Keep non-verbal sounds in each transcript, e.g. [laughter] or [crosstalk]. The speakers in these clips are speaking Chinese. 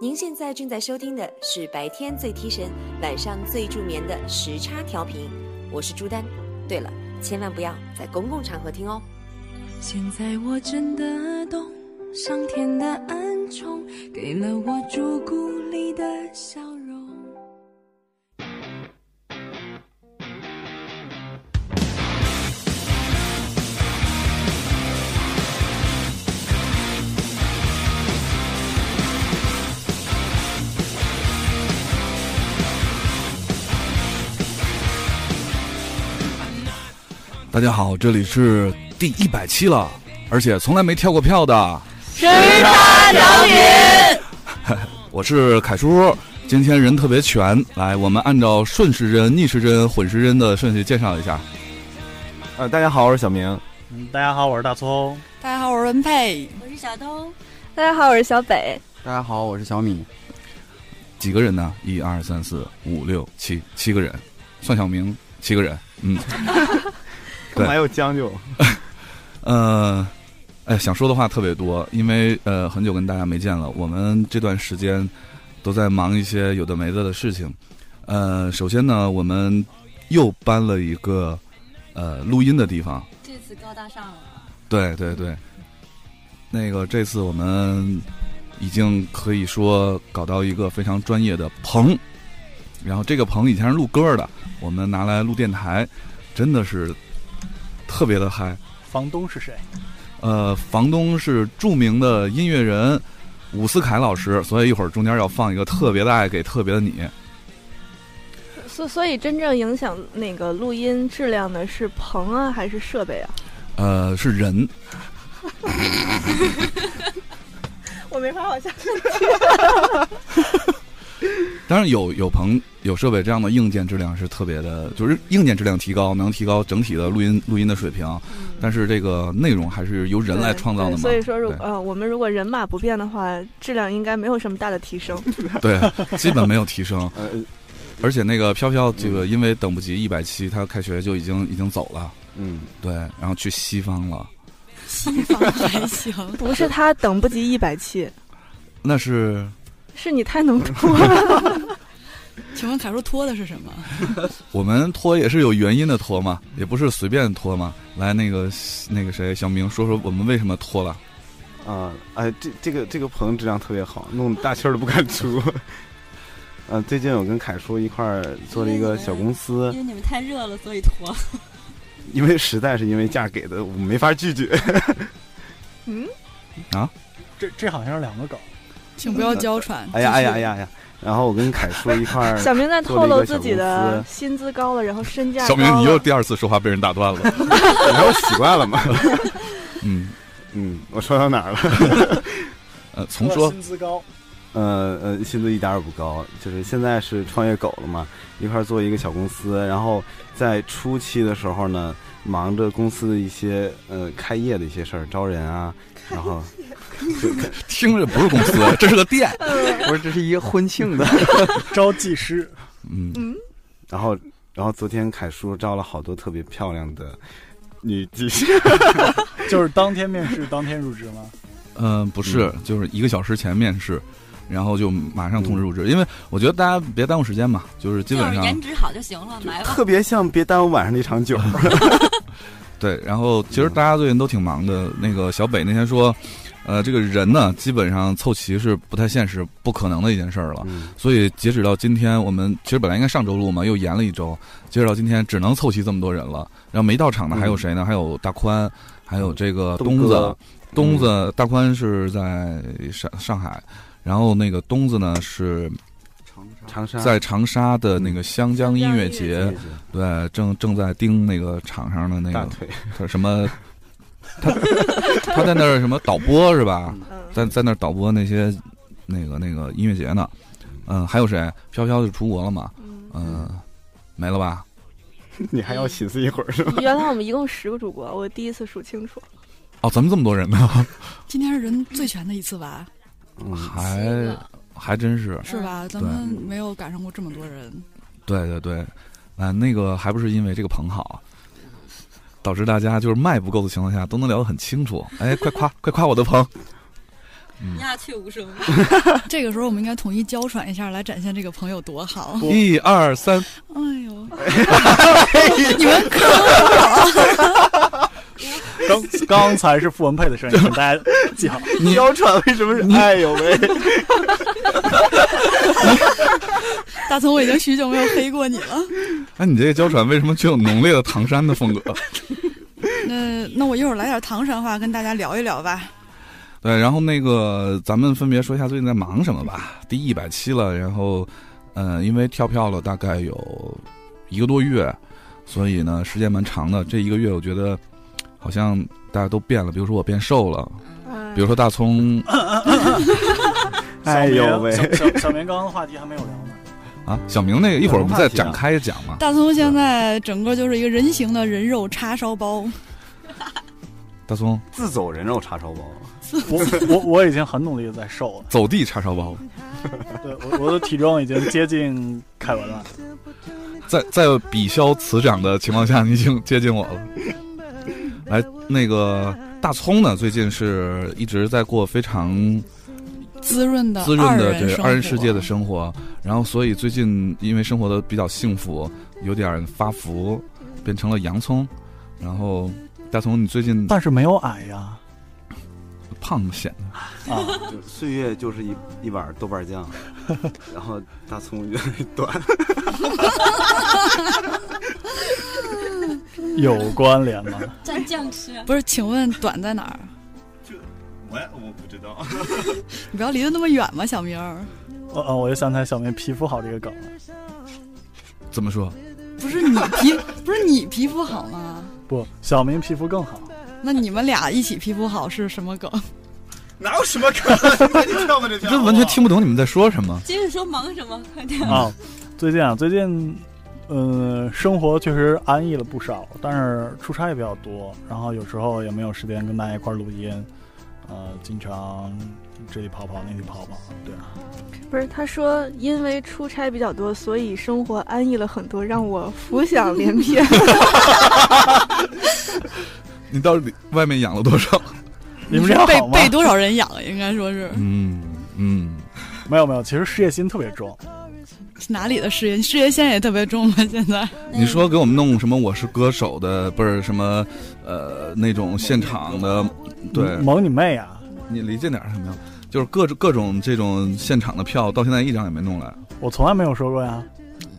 您现在正在收听的是白天最提神、晚上最助眠的时差调频，我是朱丹。对了，千万不要在公共场合听哦。现在我真的懂，上天的恩宠给了我朱古力的笑容。大家好，这里是第一百期了，而且从来没跳过票的，我是凯叔。今天人特别全，来，我们按照顺时针、逆时针、混时针的顺序介绍一下。呃，大家好，我是小明。嗯，大家好，我是大葱。大家好，我是文佩。大家好，我是小北。大家好，我是小米。几个人呢？一二三四五六七，七个人，算小明七个人。 [laughs] 嗯，对干嘛又将就？呃，哎，想说的话特别多，因为呃很久跟大家没见了，我们这段时间都在忙一些有的没的的事情。呃，首先呢，我们又搬了一个呃录音的地方，这次高大上了，对对对，那个这次我们已经可以说搞到一个非常专业的棚，然后这个棚以前是录歌的，我们拿来录电台，真的是特别的嗨。房东是谁？呃，房东是著名的音乐人伍思凯老师，所以一会儿中间要放一个特别的爱给特别的你。所所以，真正影响那个录音质量的是棚啊，还是设备啊？呃，是人， [laughs] 我没法往下。 [laughs] 当然有有棚有设备这样的硬件质量是特别的，就是硬件质量提高能提高整体的录音录音的水平，但是这个内容还是由人来创造的嗯对嘛。所以说，如对呃，我们如果人马不变的话，质量应该没有什么大的提升。 [laughs] 对，基本没有提升。 [laughs] 呃，而且那个飘飘，这个因为等不及一百期，他开学就已经已经走了，嗯，对，然后去西方了。西方还行。不是他等不及一百期，那是是你太能拖了。 [laughs] 请问凯叔拖的是什 [laughs] 么？我们拖也是有原因的拖嘛，也不是随便拖嘛。来，那个那个谁，小明说说我们为什么拖了。啊、哎，这这个这个棚质量特别好，弄得大气儿都不敢出。 [laughs] 呃，最近我跟凯叔一块儿做了一个小公司，因为你们太热了，所以脱。因为实在是因为价给的，我没法拒绝。 [laughs] 嗯，啊这这好像是两个梗。请不要娇 [laughs] 喘。 [laughs] 哎呀哎呀哎呀哎呀！然后我跟凯叔一块儿，小明在做透了一个露小自己公的司薪资高了，然后身价小明高，你了又第二次说话被人打断 [laughs] [laughs] 了。然后习惯了嘛。 [laughs] 嗯，嗯，我说到哪儿了？ [laughs] 呃，从说薪资高，呃呃，薪资一点儿也不高，就是现在是创业狗了嘛，一块儿做一个小公司，然后在初期的时候呢，忙着公司的一些呃开业的一些事儿，招人啊，然后 [laughs] 听着不是公 [laughs] 司，这是个 [laughs] [laughs] 店。嗯不是，这是一个婚庆的。招技师， [laughs] 嗯，嗯，然后然后昨天凯叔招了好多特别漂亮的女技师，就是当天面试，当天入职吗？呃，不是，就是一个小时前面试，然后就马上通知入职，因为我觉得大家别耽误时间嘛，就是基就本是上颜值好就行了，来吧。特别像别耽误晚上那场酒。 [laughs] [laughs] 对。然后其实大家最近都挺忙的。那个小北那天说，呃，这个人呢，基本上凑齐是不太现实、不可能的一件事儿了。嗯所以截止到今天，我们其实本来应该上周录嘛，又延了一周。截止到今天，只能凑齐这么多人了。然后没到场的还有谁呢？还有大宽，还有这个嗯东东子哥。嗯东子，大宽是在上上海，然后那个东子呢是长沙嗯在长沙的那个湘江音乐节，对，正正在盯那个场上的那大个腿，他什么， [laughs] 他他在那儿什么导播是吧？嗯在在那儿导播那些那个那个音乐节呢。嗯，还有谁？飘飘就出国了嘛？嗯。嗯，没了吧？ [laughs] 你还要寻思一会儿是吧？原来我们一共十个主播，我第一次数清楚。哦，咱们这么多人呢，今天是人最全的一次吧，嗯，还还真是，是嗯吧？咱们没有赶上过这么多人。对对对，啊、那个还不是因为这个棚好， [laughs] 导致大家就是麦不够的情况下都能聊得很清楚。哎，快夸快夸我的棚！嗯鸦雀无声。 [laughs] 这个时候我们应该统一娇喘一下，来展现这个朋友多好。一二三，哎 [laughs] 呦，哎你们可啊刚刚才是傅文佩的声音，请大家记好。腰喘为什么是？哎呦喂！ [laughs] 大葱，我已经许久没有黑过你了。哎，你这个娇喘为什么具有浓烈的唐山的风格？ [laughs] 那那我一会儿来点唐山话跟大家聊一聊吧。对，然后那个咱们分别说一下最近在忙什么吧。第一百期了，然后，嗯、因为跳票了大概有一个多月，所以呢时间蛮长的。这一个月我觉得好像大家都变了，比如说我变瘦了，嗯比如说大葱哎呦喂小明小小小明刚刚的话题还没有聊呢，啊，小明那个一会儿我们再展开讲嘛。大葱现在整个就是一个人形的人肉叉烧 [laughs] 包，大葱自走人肉叉烧包，我我我已经很努力的在瘦了，走地叉烧包，对我我的体重已经接近凯文了。啊在在比消此长的情况下，你已经接近我了。来，那个大葱呢，最近是一直在过非常滋润的滋润的人这生二人世界的活生活，然后所以最近因为生活的比较幸福，有点儿发福，变成了洋葱。然后大葱，你最近但是没有矮呀，胖显得啊，就岁月就是一一碗豆瓣 [laughs] 酱，然后大葱就短。有关联吗？蘸酱吃啊，不是？请问短在哪儿？我我不知 [laughs] 道，你不要离得那么远嘛，小明儿。哦哦，我就想起来小明皮肤好这个梗了。怎么说？不是你 [laughs] 皮，不是你皮肤好吗？不，小明皮肤更好。那你们俩一起皮肤好是什么梗？哪有什么梗？你跳吧这你这完全听不懂你们在说什么。接着说忙什么？快点。啊、最近啊，最近，呃，生活确实安逸了不少，但是出差也比较多，然后有时候也没有时间跟大家一块儿录音，呃，经常这里跑跑，那里跑跑，对啊，不是，他说因为出差比较多，所以生活安逸了很多，让我浮想联翩。你到底外面 [laughs] 养了多少？你们这样被好吗？被多少人养？应该说是嗯嗯，没有没有，其实事业心特别重，哪里的事业？事业线也特别重吗？现在你说给我们弄什么《我是歌手》的，不是什么呃那种现场的，对嗯，萌你妹啊！你离近点儿，没有？就是各种各种这种现场的票，到现在一张也没弄来。我从来没有说过呀，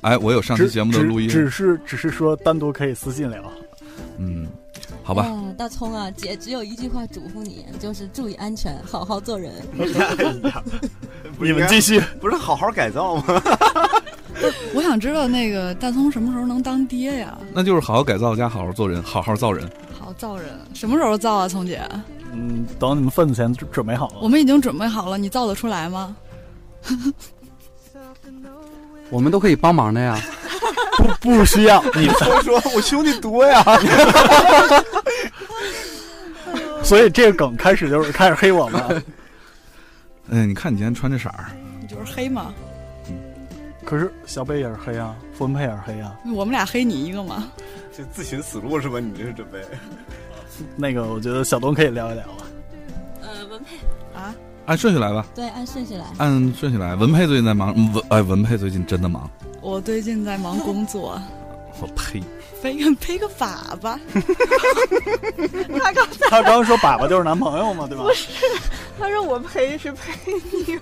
哎，我有上期只节目的录音，只只是只是说单独可以私信聊。嗯，好好吧，大葱啊，姐只有一句话嘱咐你，就是注意安全，好好做人。你们继续，不是好好改造吗？我想知道那个大葱什么时候能当爹呀？那就是好好改造加好好做人，好好造人。好造人，什么时候造啊，聪姐？嗯，等你们份子钱 [laughs] 准准备好我了，们已经准备好了，你造得出来吗？我们都可以帮忙 [laughs] 的呀。不不需要 [laughs] 你，我说我兄弟 [laughs] 多呀，所以这个梗开始就是开始黑我们 [laughs] 了。哎，你看你今天穿这色儿，你 [laughs] 就是黑吗？可是小北也是黑啊，傅文佩也是黑啊。我们俩黑你一个吗？就自寻死路是吧？你这是准备？那个，我觉得小东可以聊一聊啊。呃，文佩，啊，按顺序来吧，对，按顺序来。按顺序来。文佩最近在忙，嗯文哎，文佩最近真的忙，我最近在忙工 [laughs] 作，我呸！背个背个粑 [laughs] 粑。他刚刚说粑粑就是男朋友嘛，对吧？他说我陪是陪你，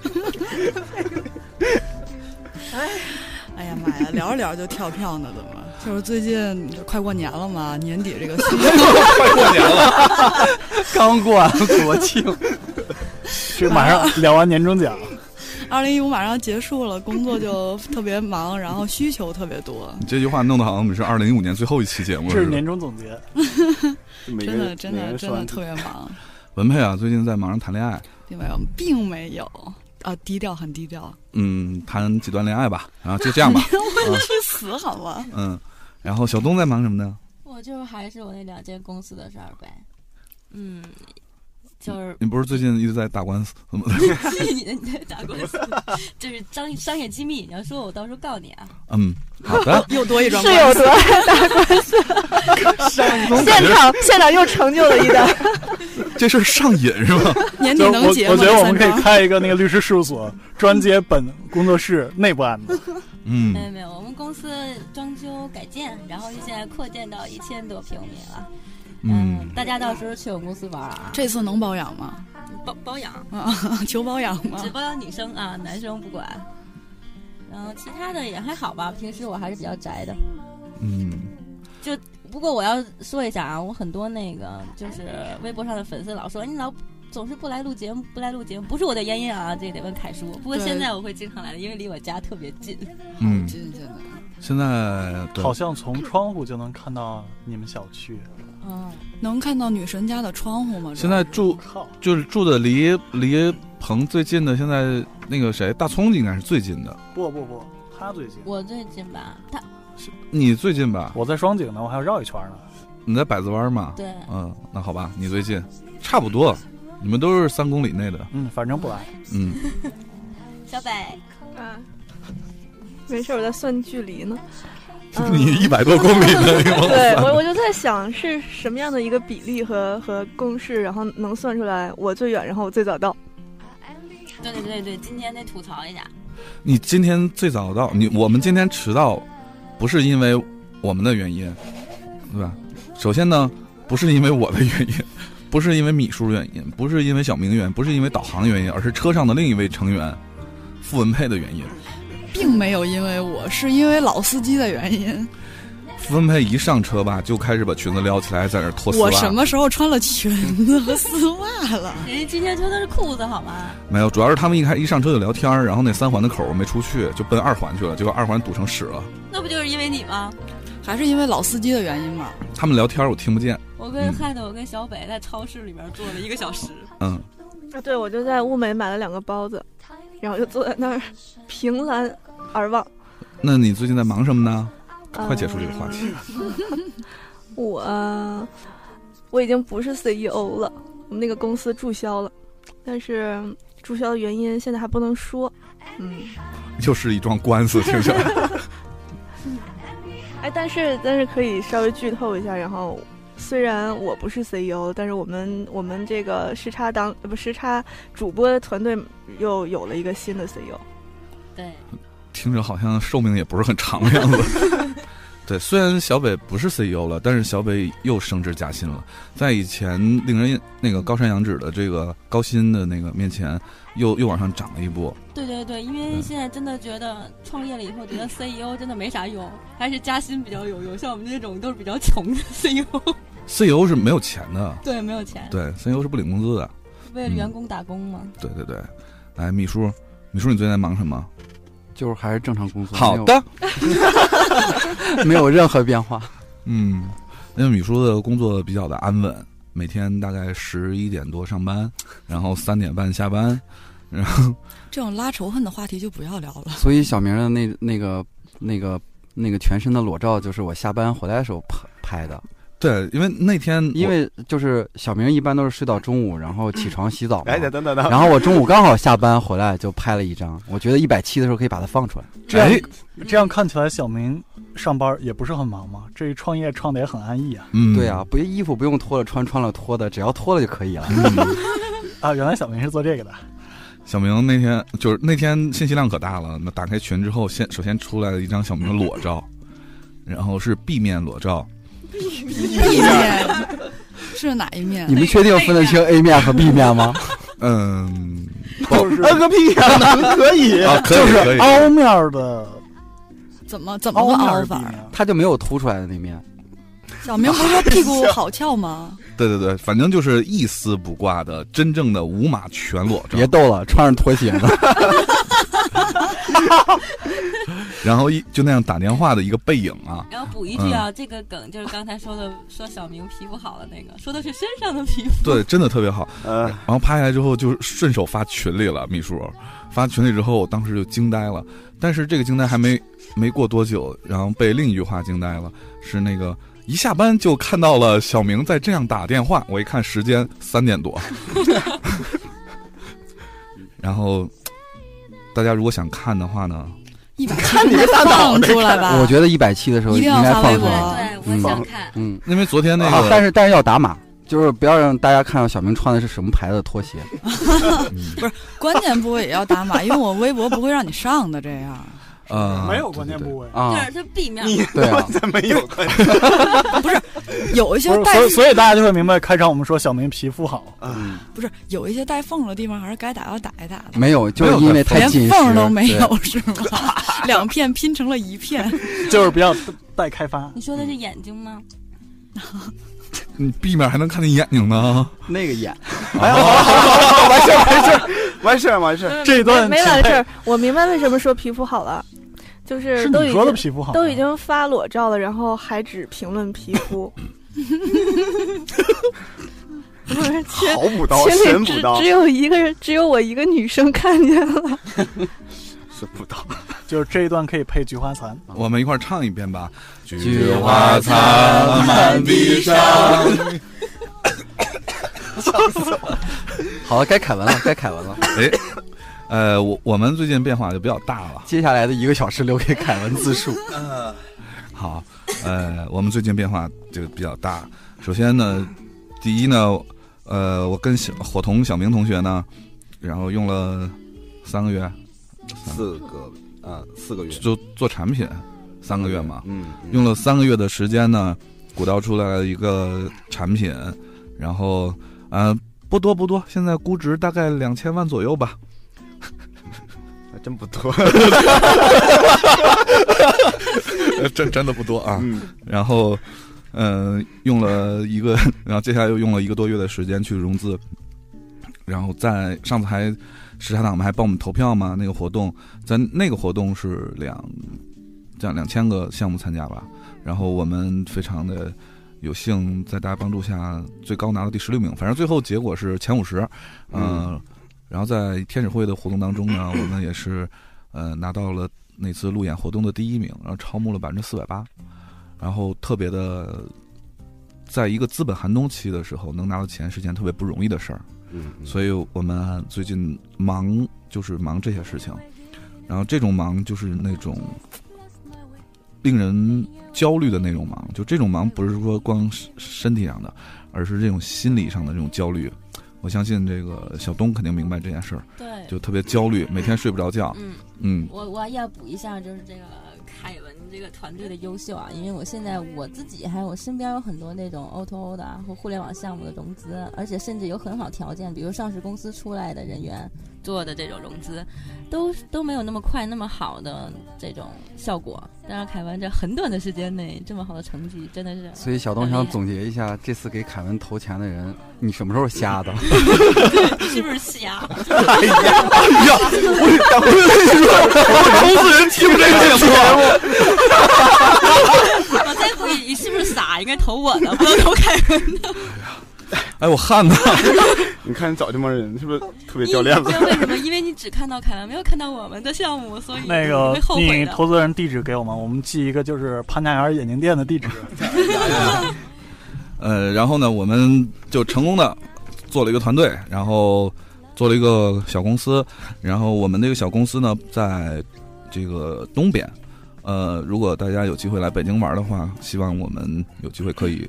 哎呀妈呀，聊着聊着就跳票呢，怎么？就是最近快过年了嘛，年底这 [laughs] 个岁月快过年了，刚过完国庆，这马上聊完年终奖， [laughs] 二零一五马上结束了，工作就特别忙，然后需求特别多。你这句话弄得好像我们是二零一五年最后一期节目这似是年的。终总结。每个真的，人真每个的，人真说的完特别忙。文佩啊，最近在忙着谈恋爱，另外，我们并没有啊，低调，很低调。嗯，谈几段恋爱吧，然啊后 [laughs] 就这样 [laughs] 吧，啊我去死好吗？嗯。然后小东在忙什么呢？我就是还是我那两间公司的事儿呗。嗯，就是你不是最近一直在打官司 [laughs] 怎么的？去 [laughs] 你的，你在打官司，这是商商业机密，你要说我到时候告你啊。嗯，好的。又多一桩 [laughs] 是官司有多大 [laughs] 官司？现场现场又成就了一单，这事儿上瘾是吧？ [laughs] 年底就是能结我吗？我觉得我们可这以三张开一个那个律师事务所，专接本工作室内部案子。嗯没有没有，我们公司装修改建，然后现在扩建到一千多平米了。嗯，大家到时候去我们公司玩啊，这次能保养吗？包包养，啊， [laughs] 求保养吗只？包养女生啊，男生不管。然后其他的也还好吧，平时我还是比较宅的。嗯不过我要说一下啊，我很多那个就是微博上的粉丝老说你老总是不来录节目，不来录节目，不是我的原因啊，这得问凯叔。不过对现在我会经常来的，因为离我家特别近。嗯，真真的现在对好像从窗户就能看到你们小区。嗯，能看到女神家的窗户吗？现在住靠，就是住的离离棚最近的，现在那个谁大葱应该是最近的，不不不，他最近我最近吧，他你最近吧？我在双井呢，我还要绕一圈呢。你在百子湾嘛？对嗯，那好吧，你最近差不多，你们都是三公里内的。嗯，反正不来。嗯，小北，啊，没事，我在算距离呢。嗯你一百多公里呢？ [laughs] 对我，我就在想是什么样的一个比例和和公式，然后能算出来我最远，然后我最早到。对对对对，今天得吐槽一下，你今天最早到，你我们今天迟到，不是因为我们的原因，对吧？首先呢，不是因为我的原因，不是因为米叔的原因，不是因为小明的原因，不是因为导航的原因，而是车上的另一位成员傅文佩的原因。并没有因为我是因为老司机的原因，傅文佩一上车吧，就开始把裙子撩起来，在那儿脱丝袜。我什么时候穿了裙子和丝袜 [laughs] 了？人家哎今天穿的是裤子好吗？没有，主要是他们一开一上车就聊天儿，然后那三环的口儿没出去，就奔二环去了，结果二环堵成屎了。那不就是因为你吗？还是因为老司机的原因吗？他们聊天儿我听不见，我嗯跟害得我跟小北在超市里边坐了一个小时，嗯，啊，对，我就在物美买了两个包子，然后就坐在那儿凭栏而望。那你最近在忙什么呢？呃快结束这个话题。嗯我我已经不是 CEO 了，我们那个公司注销了，但是注销的原因现在还不能说。嗯，又是一桩官司，听 [laughs] 起来。 [laughs] 哎，但是但是可以稍微剧透一下，然后。虽然我不是 CEO，但是我们我们这个时差当呃不时差主播团队又有了一个新的 E CEO，对，听着好像寿命也不是很长的样子。 [laughs] 对，虽然小北不是 CEO 了，但是小北又升职加薪了，在以前令人那个高山仰止的这个高薪的那个面前，又又往上涨了一波。 [laughs] 对对对，因为现在真的觉得创业了以后， [laughs] 觉得 CEO 真的没啥用，还是加薪比较有用。像我们这种都是比较穷的 [laughs] CEO， CEO E 是没有钱的，对，嗯没有钱，对，CEO 是不领工资的。嗯为了员工打工嘛。对对对，来，米叔，米叔，你最近在忙什么？就是还是正常工作。好的，没 [laughs] 有，没有任何变化。嗯，因为米叔的工作比较的安稳，每天大概十一点多上班，然后三点半下班，然后这种拉仇恨的话题就不要聊 [laughs] 了。所以小明的那那个那个那个全身的裸照，就是我下班回来的时候拍拍的。对，因为那天我因为就是小明一般都是睡到中午，然后起床洗澡嘛哎，。等等等等，然后我中午刚好下班回来就拍了一张，我觉得一百七的时候可以把它放出来。这样、哎这样看起来，小明上班也不是很忙嘛，这一创业创的也很安逸啊。嗯，对啊，不衣服不用脱了穿，穿了脱的，只要脱了就可以了。嗯 [laughs] 啊，原来小明是做这个的。小明那天就是那天信息量可大了，那打开群之后，先首先出来了一张小明的裸照，然后是 B 面裸照，一面是哪一面你？们确定分得清 A 面和 B 面吗？嗯， [laughs] 就是摁个屁呀，能可以？啊，可以就是可以，凹面儿的怎么怎么凹个面凹儿的法地儿？面，他就没有凸出来的那面。小明不是说屁 [laughs] 股好翘吗？对对对，反正就是一丝不挂的真正的无码全裸照别，逗了，穿上拖 [laughs] 鞋呢。然后一就那样打电话的一个背影啊， [laughs] 然后补一句啊，这个梗就是刚才说的，说小明皮肤好了那个，说的是身上的皮肤。对，真的特别好。呃，然后拍下来之后，就顺手发群里了，秘书发群里之后，我当时就惊呆了。但是这个惊呆还没没过多久，然后被另一句话惊呆了，是那个一下班就看到了小明在这样打电话，我一看时间三点多， [laughs] 然后大家如果想看的话呢，一百七你放出来吧。 [laughs] 我觉得一百七的时候一应定要该发放微出博来。对，我想看。嗯，因为昨天那啊个、但是但是要打码，就是不要让大家看到小明穿的是什么牌子的拖鞋。 [laughs] 关键部位也要打码，因为我微博不会让你上的这样。呃，没有对关键对对部位，啊这，是它 B 面儿，对啊，这没有关 [laughs] 系。有一些不是，带所以所以大家就会明白，开场我们说小明皮肤好，嗯， [laughs] 不是有一些带缝儿的地方，还是该打要打一打的。没有，就是因为太连紧实，缝儿都没对 [laughs] [laughs] 有是吗？两片拼成了一片， [laughs] 就是比较待开发。你说的是眼睛吗？你避免还能看见眼睛呢。那 [laughs] 个眼，哎呀，好了好了好了，完事儿 [laughs] 完事儿完事儿完事儿。这一段没请完配事儿，我明白为什么说皮肤好了，就是是都你已说的经皮肤好，都已经发裸照了，然后还只评论皮肤， [laughs] 不是群好补刀，群神里补只刀只，有一个人，只有我一个女生看见了，神补刀。就是这一段可以配菊花残。我们一块儿唱一遍吧。菊花残满地 [laughs] 伤。好了，该凯文了，该凯 [laughs] 文了。哎，呃，我我们最近变化就比较大了。接下来的一个小时留给凯文 [laughs] 自述。嗯好，呃，我们最近变化就比较大。首先呢，第一呢，呃，我跟小伙同小明同学呢，然后用了三个月，四个啊，四个月，就做产品三个月嘛，嗯，嗯用了三个月的时间呢，鼓捣出来了一个产品，然后呃不多不多，现在估值大概两千万左右 [laughs] 吧。还真不多。呃真真的不多啊。嗯然后，呃，用了一个，然后接下来又用了一个多月的时间去融资，然后在上次还时差党们还帮我们投票嘛，那个活动，在那个活动是两，这样两千个项目参加吧，然后我们非常的。有幸在大家帮助下，最高拿到第十六名，反正最后结果是前五十，嗯，然后在天使会的活动当中呢，我们也是，呃，拿到了那次路演活动的第一名，然后超募了百分之四百八，然后特别的，在一个资本寒冬期的时候，能拿到钱是件特别不容易的事儿，嗯，嗯所以我们最近忙就是忙这些事情，然后这种忙就是那种令人焦虑的那种忙，就这种忙不是说光是身体上的，而是这种心理上的这种焦虑。我相信这个小东肯定明白这件事儿，对，就特别焦虑，每天睡不着觉。嗯，嗯，我我要补一下，就是这个凯文这个团队的优秀啊，因为我现在我自己还有我身边有很多那种 O to O 的啊或互联网项目的融资，而且甚至有很好条件，比如上市公司出来的人员做的这种融资，都都没有那么快那么好的这种效果。但是凯文这很短的时间内这么好的成绩，真的是所以小东想总结一下，这次给凯文投钱的人，你什么时候瞎的？是不是瞎？哎呀，哎呀，我我跟你说，我投资人听这个节目， [laughs] 我在估计你是不是傻？应该投我的，不能投凯文的。哎，我汗呐。 [laughs] 你看你找这帮人是不是特别掉链你子知？道为什么？因为你只看到凯文，没有看到我们的项目，所以 [laughs] 那你个会后悔你的。投资人地址给我们，我们记一个就是潘家园眼镜店的地址。呃，然后呢，我们就成功的做了一个团队，然后做了一个小公司，然后我们那个小公司呢，在这个东边。呃，如果大家有机会来北京玩的话，希望我们有机会可以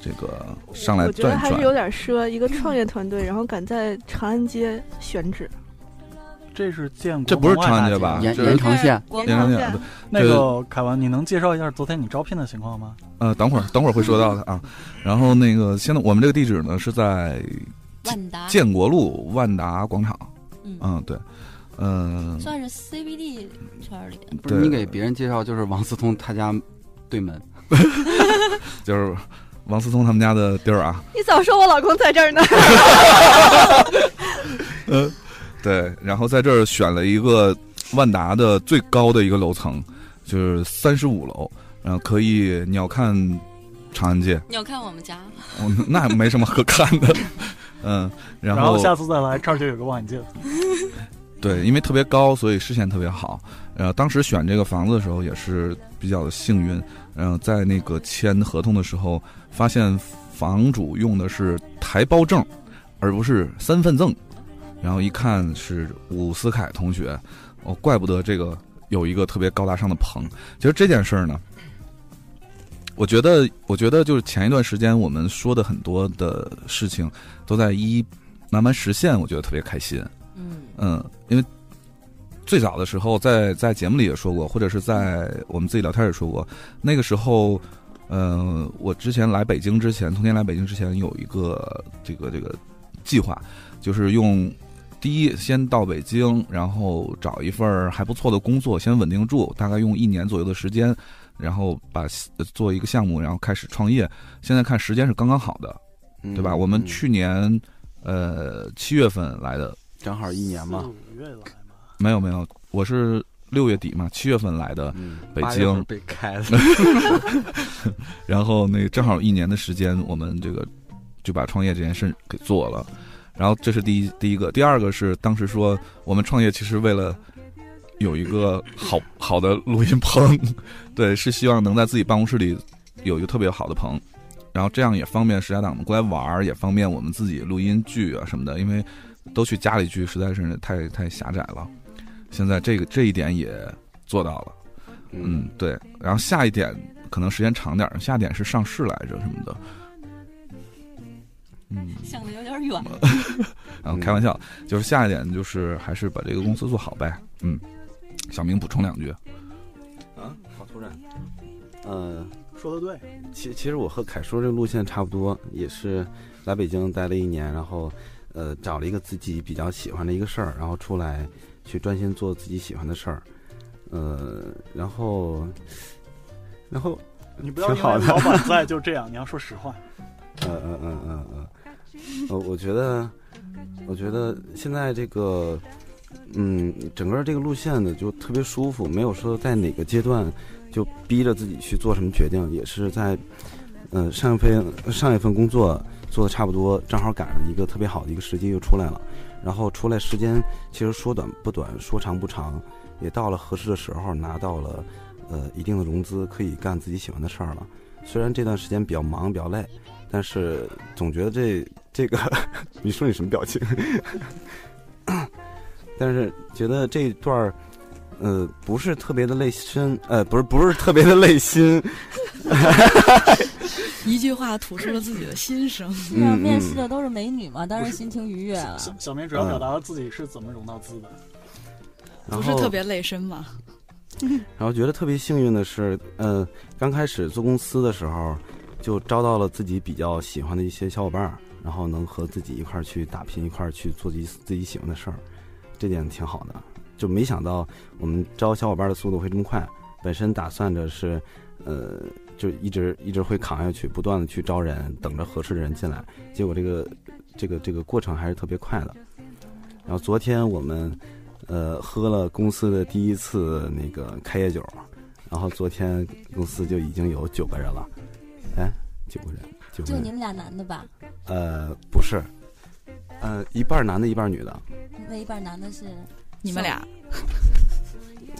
这个上来我觉得转一还是有转。点奢，一个创业团队，然后敢在长安街选址， [laughs] 这是建国，这不是长安街吧？延这延长线，国延贸长这线样不那个凯文，你能介绍一下昨天你招聘的情况吗？呃，等会儿等会儿会说到的啊。然后那个现在我们这个地址呢是在万达，建国路万达广场。嗯， [laughs] 嗯，对，嗯、算是 CBD 圈儿里的。不对是你给别人介绍，就是王思聪他家对门。 [laughs] [laughs] 就是王思聪他们家的地儿啊。你早说我老公在这儿呢，嗯呃， [laughs] 对，然后在这儿选了一个万达的最高的一个楼层，就是三十五楼，然后可以鸟瞰长安街，你有看我们家？哦、那没什么可看的。 [laughs] 嗯，然然后下次再来这儿就有个望远镜。 [laughs] 对，因为特别高，所以视线特别好。呃，当时选这个房子的时候也是比较的幸运。然后在那个签合同的时候，发现房主用的是台胞证，而不是三份证。然后一看是伍思凯同学，哦，怪不得这个有一个特别高大上的棚。其实这件事儿呢，我觉得，我觉得就是前一段时间我们说的很多的事情，都在一一慢慢实现，我觉得特别开心。嗯嗯，因为最早的时候在，在节目里也说过，或者是在我们自己聊天也说过，那个时候，呃，我之前来北京之前，从前来北京之前有一个这个这个计划，就是用第一先到北京，然后找一份儿还不错的工作，先稳定住，大概用一年左右的时间，然后把呃做一个项目，然后开始创业。现在看时间是刚刚好的，对吧？我们嗯去年呃七月份来的，嗯正好一年嘛，五月来嘛，没有没有，我是六月底嘛，七月份来的，嗯，北八月份京，被开 [laughs] 了，然后那正好一年的时间，我们这个就把创业这件事给做了。然后这是第一第一个，第二个是当时说我们创业其实为了有一个好好的录音棚，对，是希望能在自己办公室里有一个特别好的棚，然后这样也方便时家党们过来玩儿，也方便我们自己录音剧啊什么的，因为都去家里聚实在是太太狭窄了。现在这个这一点也做到了。嗯，对。然后下一点可能时间长点儿，下一点是上市来着什么的。嗯， [laughs] 想的有点远。然后开玩笑，就是下一点就是还是把这个公司做好呗。嗯，小明补充两句。啊，好突然，嗯。说的对，其其实我和凯叔这个路线差不多，也是来北京待了一年，然后呃找了一个自己比较喜欢的一个事儿，然后出来去专心做自己喜欢的事儿，呃，然后然后你不要挺因好为的老板在就这样，你要说实 [laughs] 话。嗯嗯嗯嗯嗯，呃，我觉得，我觉得现在这个，嗯，整个这个路线呢就特别舒服，没有说在哪个阶段就逼着自己去做什么决定，也是在，呃，上一份上一份工作做的差不多，正好赶上一个特别好的一个时机又出来了，然后出来时间其实说短不短，说长不长，也到了合适的时候，拿到了呃一定的融资，可以干自己喜欢的事儿了。虽然这段时间比较忙，比较累，但是总觉得这这个， [laughs] 你说你什么表情？但是觉得这段儿，呃，不是特别的累身，呃，不是不是特别的累心， [laughs] 一句话吐出了自己的心声。是啊，嗯面试的都是美女嘛，当然心情愉悦啊了。小小明主嗯要表达自己是怎么融到 [laughs] 资的，然不后是特别累身嘛，然后觉得特别幸运的是，呃，刚开始做公司的时候，就招到了自己比较喜欢的一些小伙伴儿，然后能和自己一块儿去打拼，一块儿去做自己自己喜欢的事儿，这点挺好的。就没想到我们招小伙伴的速度会这么快，本身打算着是，呃，就一直一直会扛下去，不断的去招人，等着合适的人进来。结果这个这个这个过程还是特别快的。然后昨天我们呃，喝了公司的第一次那个开业酒，然后昨天公司就已经有九个人了，哎，九个人，九 [laughs] 个就你人，们俩男的吧？呃，不是，呃，一半男的，一半女的， [laughs] 那一半男的是你们俩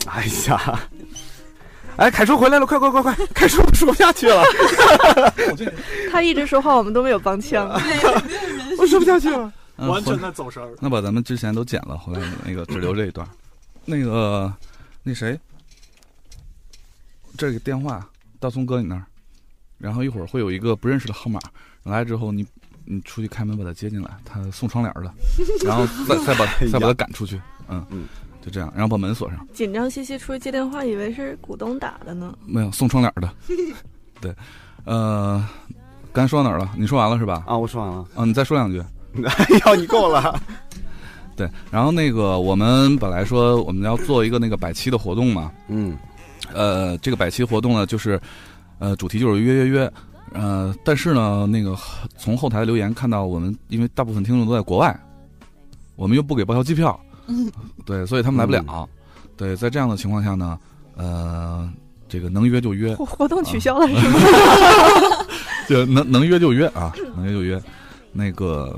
哎呀，哎，凯叔回来了，快快快快，凯叔说不下去了， [laughs] 他一直说话，我们都没有帮腔。我说不下去了，嗯完全回在走神儿。那把咱们之前都剪了，回来那个只留这一 [laughs] 段。那个那谁，这个电话到聪哥你那儿，然后一会儿会有一个不认识的号码，来之后你你出去开门把他接进来，他送窗帘儿的， [laughs] 然后再再把再把他赶出去，嗯哎嗯，就这样，然后把门锁上。紧张兮兮出去接电话，以为是股东打的呢。 [laughs] 没有送窗帘儿的，对，呃，刚才说到哪儿了？你说完了是吧？啊，我说完了，啊，你再说两句。哎呦，你够了，对，然后那个我们本来说我们要做一个那个百期的活动嘛，嗯，呃，这个百期活动呢，就是呃，主题就是约约约。呃，但是呢，那个从后台的留言看到，我们因为大部分听众都在国外，我们又不给报销机票，对，所以他们来不了。对，在这样的情况下呢，呃，这个能约就约，啊活活动取消了 [laughs] 是吗？就能能约就约啊，能约就约。那个，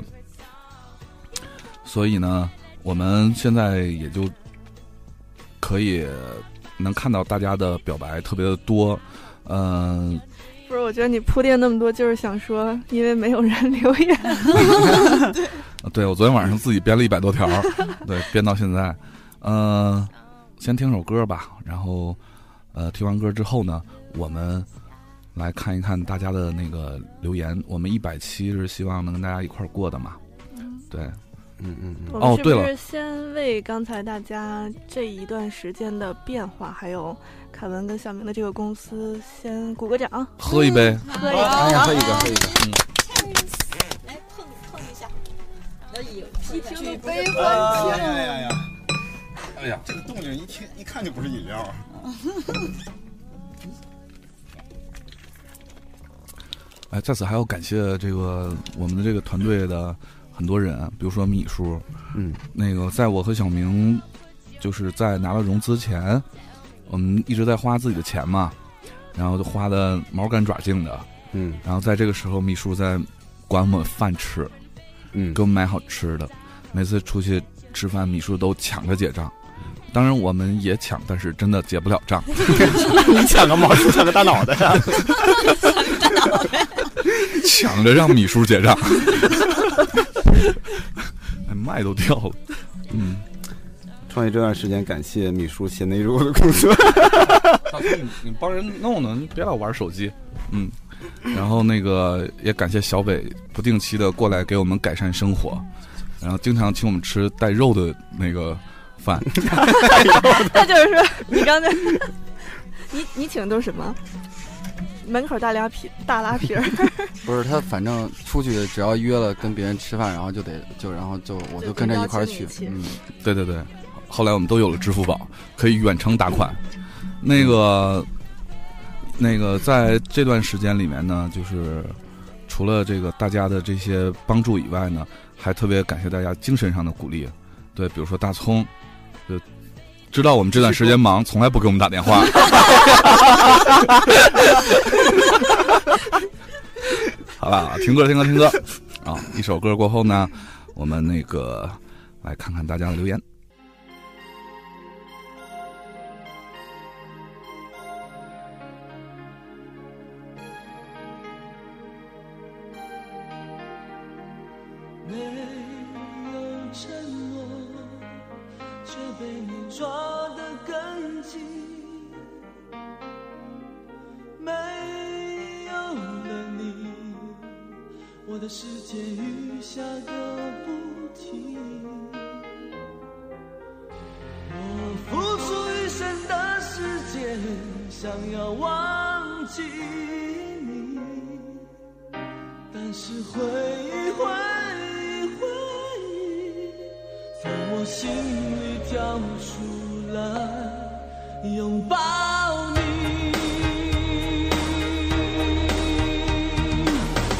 所以呢，我们现在也就可以能看到大家的表白特别的多，嗯、不是，我觉得你铺垫那么多，就是想说，因为没有人留 [laughs] 言，对我昨天晚上自己编了一百多条儿，对，编到现在，嗯、呃先听首歌吧，然后，呃，听完歌之后呢，我们来看一看大家的那个留言。我们一百期是希望能跟大家一块儿过的嘛，对，嗯嗯我嗯，们哦是对不了是先为刚才大家这一段时间的变化，还有凯文跟小明的这个公司，先鼓个掌，喝一杯，嗯嗯喝一哎个。呀，喝一个，喝一个，来碰碰一下，哎呦，一听都不哎呀呀呀！哎呀，这个动静一听一看就不是饮 [laughs] 料。啊哎，在此还要感谢这个我们的这个团队的很多人，啊比如说米叔，嗯，那个在我和小明就是在拿了融资前，我们一直在花自己的钱嘛，然后就花的毛干爪净的，嗯然后在这个时候，秘书在管我们饭吃，嗯给，我们买好吃的，每次出去吃饭，秘书都抢着结账。嗯当然，我们也抢，但是真的结不了 [laughs] 账。 [laughs] 你抢个毛，叔抢个大脑袋呀！啊抢着让米叔结账，哎，麦都掉了。 [laughs] 嗯，创业这段时间，感谢米叔贤内助的工作。 [laughs] [laughs] 你帮人弄呢，你别老玩手机。嗯，然后那个也感谢小北不定期的过来给我们改善生活，然后经常请我们吃带肉的那个饭， [laughs] [laughs] 那就是说，你刚才 [laughs] 你你请的都是什么？门口大拉皮大拉皮儿，不是他，反正出去只要约了跟别人吃饭，然后就得就然后就我就就跟着邀一块儿请你去一，起嗯，对对对，后来我们都有了支付宝，可以远程打款。那个，那个，在这段时间里面呢，就是除了这个大家的这些帮助以外呢，还特别感谢大家精神上的鼓励。对，比如说大葱，就知道我们这段时间忙，从来不给我们打电话。哎好吧，停歌，停歌，停歌。啊，一首歌过后呢， [coughs] 我们那个来看看大家的留言。没有沉默，却被你抓得更紧。没有了你，我的世界雨下个不停。我付出一生的时间，想要忘记你。但是回忆，回忆，回忆，从我心里跳出来，拥抱你。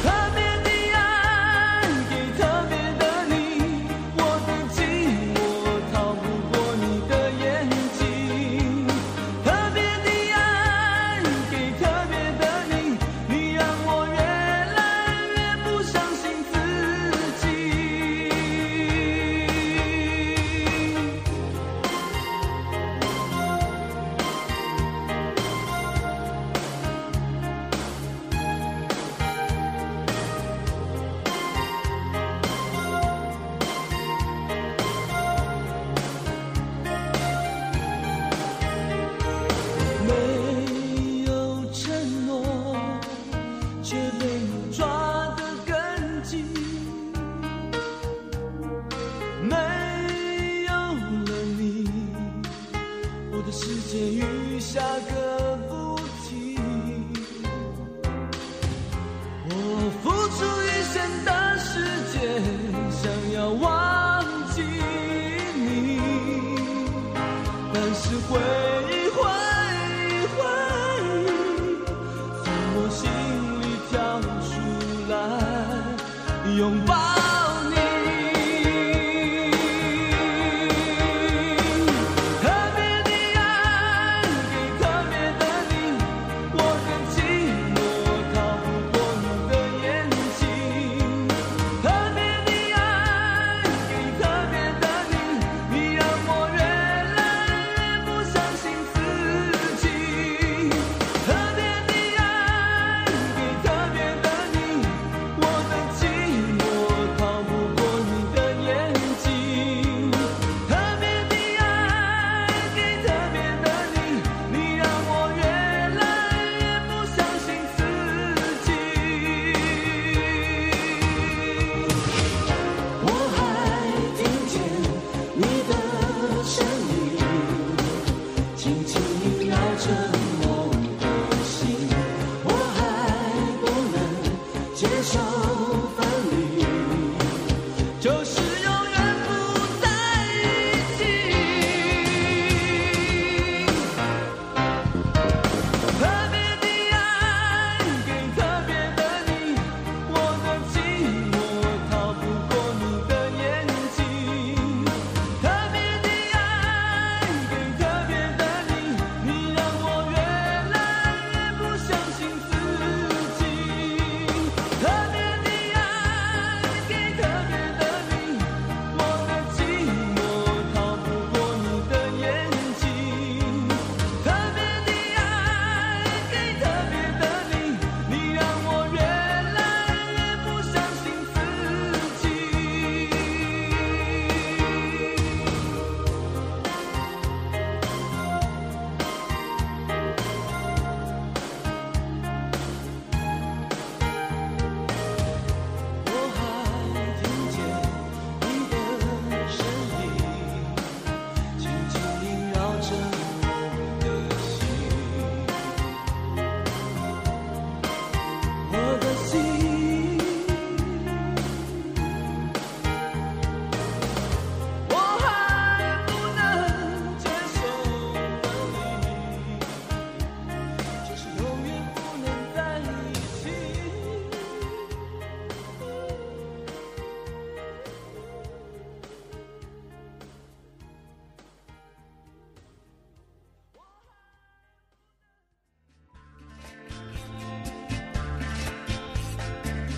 特别的爱给特别的你，我的寂寞逃不过你的眼睛。特别的爱给特别的你，你让我越来越不相信自己。没有承诺，却被你抓得更紧。没有了你，我的世界雨下个不停。我付出一生的时间，想要忘记你。但是回忆，回忆，回忆，从我心里跳出来，拥抱你。特别的爱给特别的你，我的寂寞逃不过你的眼睛。特别的爱给特别的你，你让我越来越不相信自己。特别的爱给特别的你，我的寂寞逃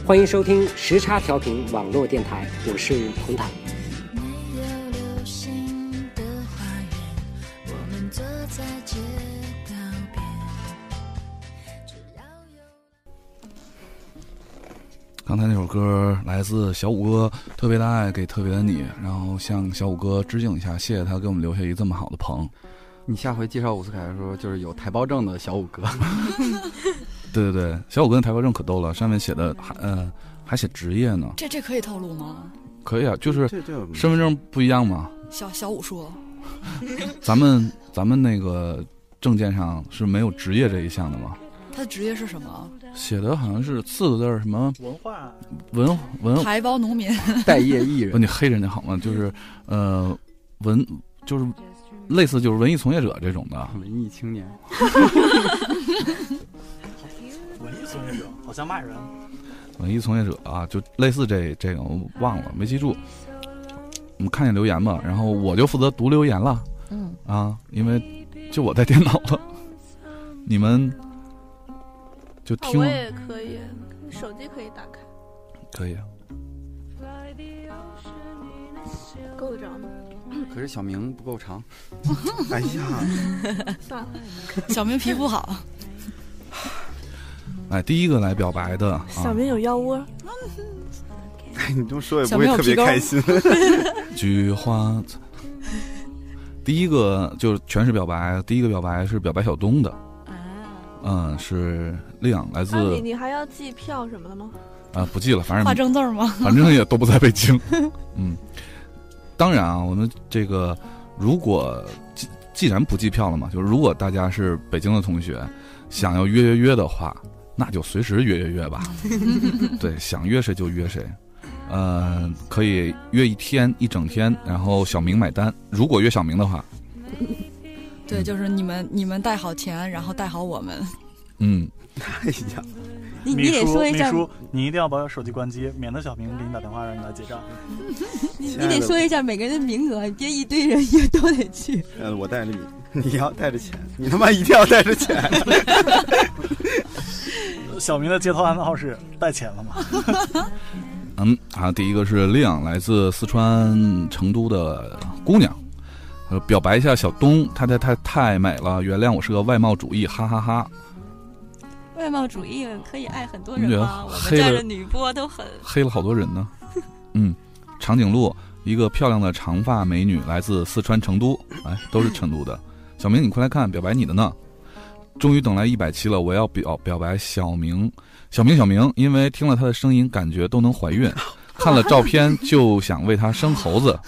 欢迎收听时差调频网络电台，我是彭坦。没有流星嗯的花园，我们坐在街道边。刚才那首歌来自小五哥《特别的爱给特别的你》，然后向小五哥致敬一下，谢谢他给我们留下一这么好的棚。你下回介绍伍思凯的时候，就是有台胞证的小五哥。 [laughs] [laughs] 对对对，小五哥那台胞证可逗了，上面写的还呃还写职业呢，这这可以透露吗？可以啊，就是这这有身份证不一样嘛。小小武 [laughs] 术，咱们咱们那个证件上是没有职业这一项的嘛，他的职业是什么？写的好像是四个字儿什么文化文文台胞 [laughs] 农民，艺人，不，你黑人家好吗？就是呃文就是类似就是文艺从业者这种的文艺青年。文艺从业者好像骂人。 [laughs] 文艺从业者啊，就类似这这个，我忘了，没记住。我们看见留言吧，然后我就负责读留言了。嗯啊，因为就我带电脑了，你们就啊听我也可以，手机可以打开，可以啊。够得着吗？可是小明不 [laughs] 够长。哎呀，算了，小明皮肤好，哎，第一个来表白的啊，小明有腰窝，你这么说也小不会明有特别皮沟 [laughs] 开心。 [laughs] 菊花。第一个就是全是表白，第一个表白是表白小东的，啊嗯，是亮，来自啊你你还要计票什么的吗？啊，不记了，反正画正字儿吗 [laughs] 反正也都不在北京。嗯，当然啊，我们这个如果既既然不计票了嘛，就是如果大家是北京的同学，想要约约约的话，那就随时约约 [laughs] 约吧。对，想约谁就约谁。呃，可以约一天一整天，然后小明买单。如果约小明的话，嗯对，就是你们你们带好钱，然后带好 [laughs] 我们。！嗯，哎呀，你秘你得书说一下秘书，你一定要把手机关机，免得小明给你打电话让你来结账。 [laughs] 你亲爱你的得说一下每个人的名额，别一堆人也都得去。呃，我带着你，你要带着钱，你他妈一定要带着钱。 [laughs] 小明的街头暗号是带钱了吗？ [laughs] 嗯啊，第一个是亮，来自四川成都的姑娘，呃，表白一下小东，太太太太美了，原谅我是个外貌主义，哈哈哈 [laughs] 外貌主义可以爱很多你人觉得吗？我们啊黑站了着女播都很黑了好多人呢。 [laughs] 嗯，长颈鹿，一个漂亮的长发美女，来自四川成都，哎，都是成都的。小明，你快来看，表白你的呢。终于等来一百期了，我要表表白小明，小明，小明，因为听了他的声音，感觉都能 [laughs] 怀孕，看了照片就想为他生猴子。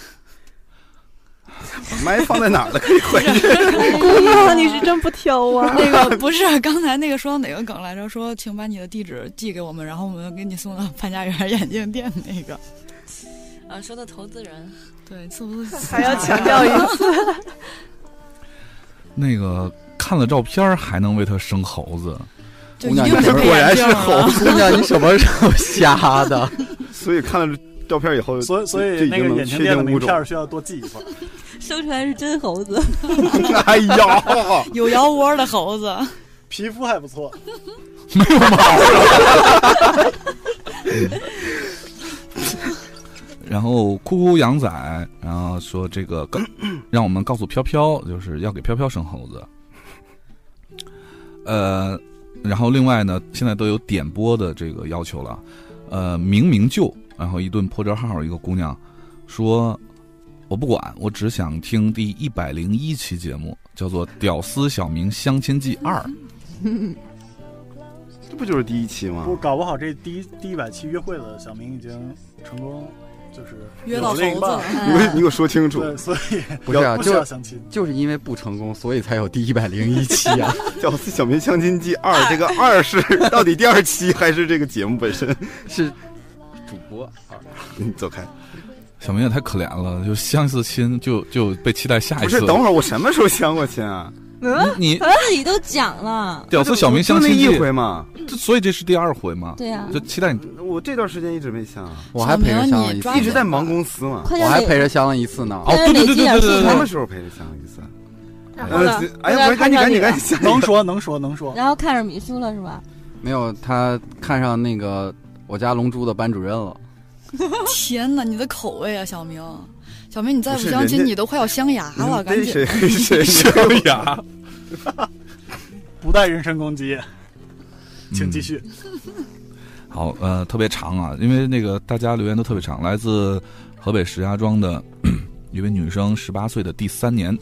麦放在哪儿了？可以回去。 [laughs] 姑娘哎你是真不挑啊那个不是刚才那个说到哪个梗来着？说请把你的地址寄给我们，然后我们给你送到潘家园眼镜店那 [laughs] 个。啊，说的投资人， [laughs] 对，是不是还要强调 [laughs] 一次？那个看了照片儿还能为他生猴子，就姑娘一定你是不是配果然啊是猴 [laughs] 啊子姑娘，你什么时候瞎的？ [laughs] 所以看了照片以后，所以所就以已那个经能眼镜确店的定名物种片。儿需要多记一份儿。生出来是真猴子。哎呀， [laughs] 有腰窝的猴子， [laughs] 皮肤还不错，没有毛。然后哭哭羊仔，然后说这 [clears throat] 个告，让我们告诉飘飘，就是要给飘飘生猴子。呃，然后另外呢，现在都有点播的这个要求了。呃，明明就，然后一顿破折号，一个姑娘说：“我不管，我只想听第一百零一期节目，叫做《屌丝小明相亲记二》。”嗯这不就是第一期吗不？搞不好这第一第一百期约会的小明已经成功，就是约到有另一半猴子了 [laughs] 你给我你给我说清楚对，所以嗯 [laughs] 不是啊，不需要就相亲。就是因为不成功，所以才有第一百零一期啊。屌丝 [laughs] 小明相亲记二，这个二是到底第二期还是这个节目本身？是主 [laughs] 播二，你 [laughs] 走开。小明也太可怜了，就相一次亲就就被期待下一不次。是，等会儿我什么时候相过亲啊？ [laughs] 嗯，你 [laughs] 自己都讲了，屌丝小明相亲就记那一回嘛，这所以这是第二回嘛？对呀就期待你。我这段时间一直没啊相，我还陪着相了一次小，一直在忙公司嘛。快我点还累陪着相了一次呢。哦，对对对对对对什对么对，时候陪着相一次？然后呢呃，？哎呀，我赶紧赶紧赶紧下一个能说能说能说，然后看上米叔了是吧？没有，他看上那个我家龙珠的班主任了。天哪，你的口味啊，小明，小明，你再不不是相人信，家你都快要镶牙嗯了，赶紧。生牙？ [laughs] 不带人身攻击，请继续。嗯好，呃，特别长啊，因为那个大家留言都特别长。来自河北石家庄的 [clears throat] 一位女生，十八岁的第三年，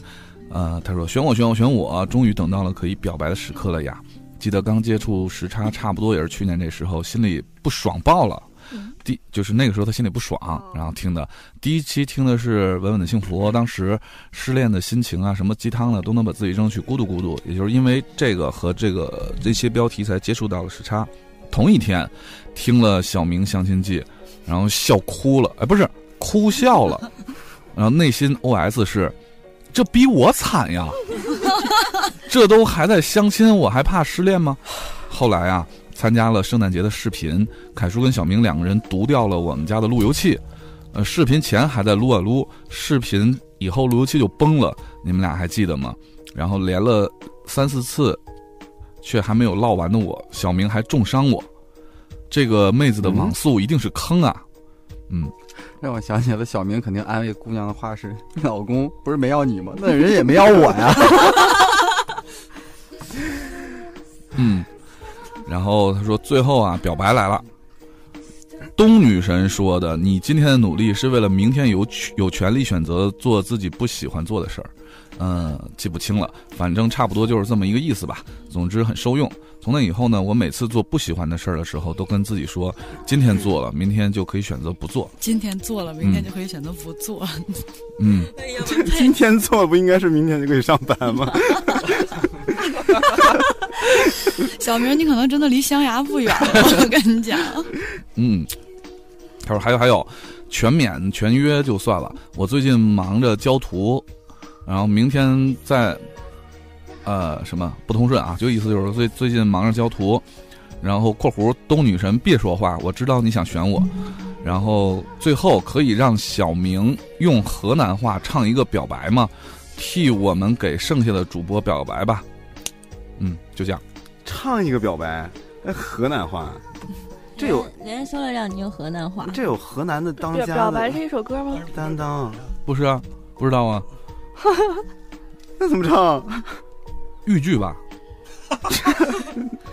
呃，她说：“选我，选我，选我！终于等到了可以表白的时刻了呀！记得刚接触时差，差不多也是去年这时候，心里不爽爆了。第就是那个时候她心里不爽，然后听的第一期听的是《稳稳的幸福》，当时失恋的心情啊，什么鸡汤的都能把自己扔去咕嘟咕嘟。也就是因为这个和这个这些标题才接触到了时差。”同一天听了小明相亲记，然后笑哭了，哎，不是哭笑了，然后内心 OS 是：这比我惨 [laughs] 呀，这都还在相亲，我还怕失恋吗？后来啊，参加了圣诞节的视频，凯叔跟小明两个人读掉了我们家的路由器，呃，视频前还在撸啊撸，视频以后路由器就崩了，你们俩还记得吗？然后连了三四次却还没有唠完的我，小明还重伤我。这个妹子的网速一定是坑啊！嗯，让嗯我想起了小明肯定安慰姑娘的话是：“你老公不是没要你吗？那人也没要我呀。 [laughs] 嗯，然后他说最后啊，表白来了。东女神说的：“你今天的努力是为了明天有权有权利选择做自己不喜欢做的事儿。”嗯，记不清了，反正差不多就是这么一个意思吧。总之很受用。从那以后呢，我每次做不喜欢的事儿的时候，都跟自己说：今天做了，明天就可以选择不做。今天做了，明天就可以选择不做。 [laughs] 嗯，今天做不应该是明天就可以上班吗？ [laughs] 小明，你可能真的离镶牙不远了，我跟你讲。 [laughs] 嗯，他说还有还有，全免全约就算了，我最近忙着教徒，然后明天再，呃，什么不通顺啊？就意思就是最最近忙着教徒，然后括弧东女神别说话，我知道你想选我， [laughs] 然后最后可以让小明用河南话唱一个表白吗？替我们给剩下的主播表白吧。嗯，就这样。唱一个表白，那河南话，这有人家说了让你用河南话，这有河南的当表家表的白是一首歌吗？担当，不是啊，不知道啊，那怎么唱？豫剧吧。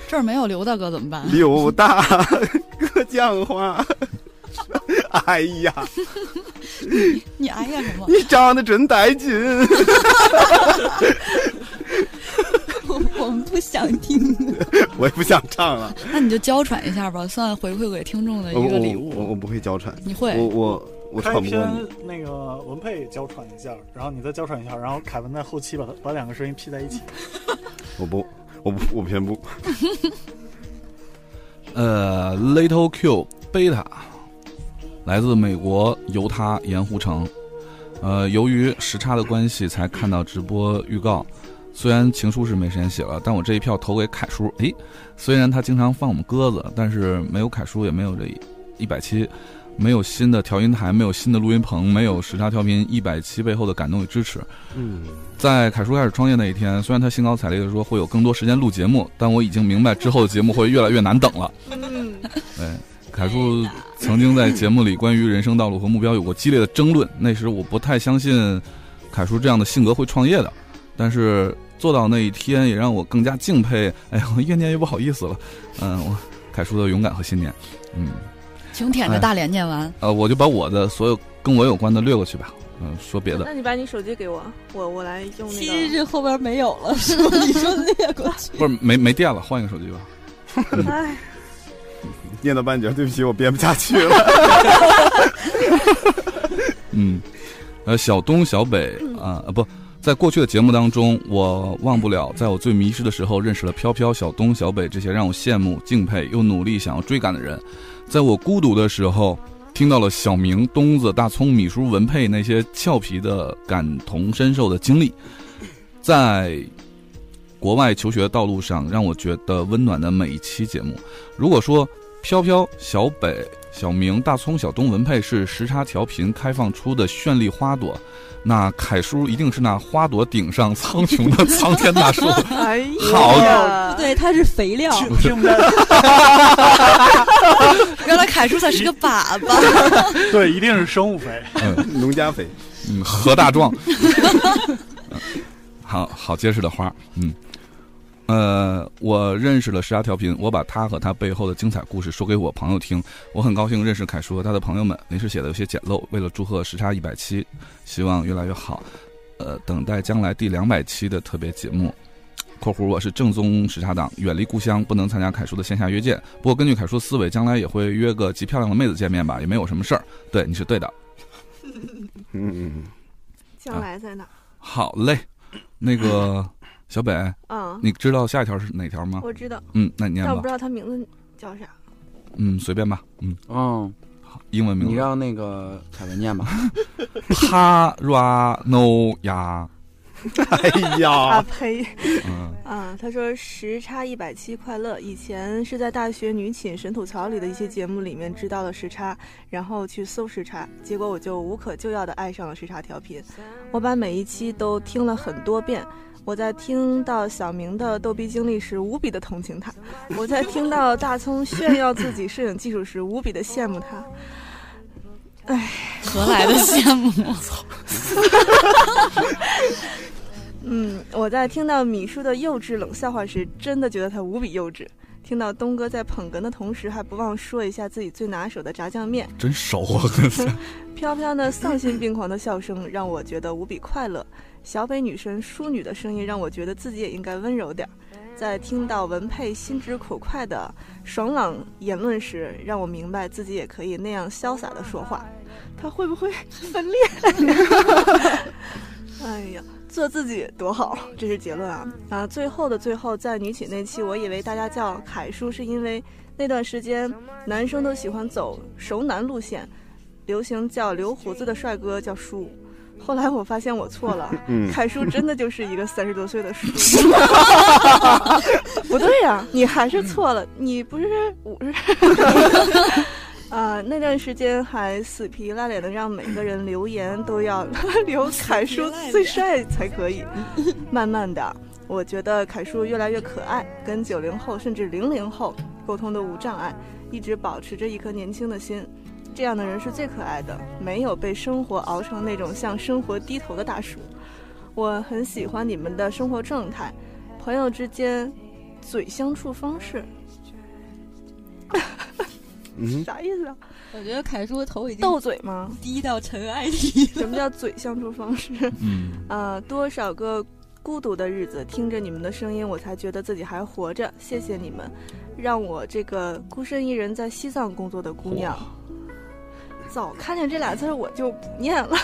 这儿没有刘大哥怎 [laughs] 么办？刘大哥讲话，哎呀，你哎呀什 [laughs] 么？你长得真带劲。 [laughs] 我我们不想听。我也不想唱了， [laughs] 那你就娇喘一下吧，算回馈给听众的我哦一个我礼物。我我不会娇喘，你会我我我开喘一不过篇你。那个文佩娇喘一下，然后你再娇喘一下，然后凯文在后期把它把两个声音 P [laughs] 在一起。我不，我不，我偏不。呃，Little Q Beta，来自美国犹他盐湖城。呃，由于时差的关系，才看到直播预告。虽然情书是没时间写了，但我这一票投给凯叔。诶，虽然他经常放我们鸽子，但是没有凯叔，也没有这一百期，没有新的调音台，没有新的录音棚，没有时差调频一百期背后的感动与支持。嗯，在凯叔开始创业那一天，虽然他兴高采烈地说会有更多时间录节目，但我已经明白之后的节目会越来越难等了。对，哎凯叔曾经在节目里关于人生道路和目标有过激烈的争论。那时我不太相信凯叔这样的性格会创业的，但是做到那一天也让我更加敬佩。哎呀，我越念越不好意思了。嗯，我凯叔的勇敢和信念。嗯，请舔着大脸念完。呃，我就把我的所有跟我有关的略过去吧。嗯、说别的那，你把你手机给我，我我来用那个。七日志后边没有了，是吗？你说略过去。不是没没电了，换一个手机吧。哎，念到半截，对不起，我编不下去了。嗯，呃，小东、小北啊、呃，不，在过去的节目当中，我忘不了，在我最迷失的时候，认识了飘飘、小东、小北这些让我羡慕、敬佩又努力想要追赶的人。在我孤独的时候，听到了小明、东子、大葱、米叔、文佩那些俏皮的感同身受的经历，在国外求学的道路上，让我觉得温暖的每一期节目。如果说飘飘、小北、小明、大葱、小东、文佩是时差调频开放出的绚丽花朵，那凯叔一定是那花朵顶上苍穹的苍天大树。 [laughs] 哎呀好对，它是肥料。听不 [laughs] 见原来凯叔才是个粑粑。对，一定是生物肥。嗯，农家肥，嗯，何大壮， [laughs] 嗯好好结实的花，嗯，呃，我认识了时差调频，我把他和他背后的精彩故事说给我朋友听，我很高兴认识凯叔和他的朋友们，临时写的有些简陋，为了祝贺时差一百期，希望越来越好，呃，等待将来第两百期的特别节目。（括弧我是正宗时差党，远离故乡，不能参加凯叔的线下约见。不过根据凯叔思维，将来也会约个极漂亮的妹子见面吧，也没有什么事儿。对，你是对的。嗯嗯嗯，将来在哪儿？好嘞。那个 [coughs] 小北，嗯你知道下一条是哪条吗？我知道。嗯， [laughs] 那你念但我吧不知。道他名字叫啥。嗯，随便吧。嗯，哦，英文名你让那个凯文念吧。 [laughs] 帕拉诺亚。哎 [laughs] 啊呸！嗯啊，他说时差一百期快乐。以前是在大学女寝神吐槽里的一些节目里面知道了时差，然后去搜时差，结果我就无可救药的爱上了时差调频。我把每一期都听了很多遍。我在听到小明的逗逼经历时，无比的同情他；我在听到大葱炫耀自己摄影技术时，无比的羡慕他。哎，何来 [laughs] 的羡慕？嗯，我在听到米叔的幼稚嗯冷笑话时，真的觉得他无比幼稚。听到东哥在捧哏的同时，还不忘说一下自己最拿手的炸酱面。真熟啊！真是 [laughs] 飘飘那丧心病狂的笑声让我觉得无比快乐。小北女神淑女的声音让我觉得自己也应该温柔点儿。在听到文佩心直口快的爽朗言论时，让我明白自己也可以那样潇洒的说话。他会不会分裂？哎呀，做自己多好，这是结论啊！啊，最后的最后，在女寝那期，我以为大家叫凯叔是因为那段时间男生都喜欢走熟男路线，流行叫留胡子的帅哥叫叔。后来我发现我错了，嗯凯叔真的就是一个三十多岁的叔。不对 [laughs] 呀、你还是错了，你不是五十。啊，那段时间还死皮赖脸的让每个人留言都要留凯叔最帅才可以。慢慢的，我觉得凯叔越来越可爱，跟九零后甚至零零后沟通的无障碍，一直保持着一颗年轻的心。这样的人是最可爱的，没有被生活熬成那种向生活低头的大叔。我很喜欢你们的生活状态，朋友之间嘴相处方式， [laughs] 嗯，啥意思啊？我觉得凯叔的头已经斗嘴吗？低到尘埃里。什么叫嘴相处方式？ [laughs] 嗯，啊，多少个孤独的日子，听着你们的声音，我才觉得自己还活着。谢谢你们，让我这个孤身一人在西藏工作的姑娘，早看见这俩字儿我就不念了。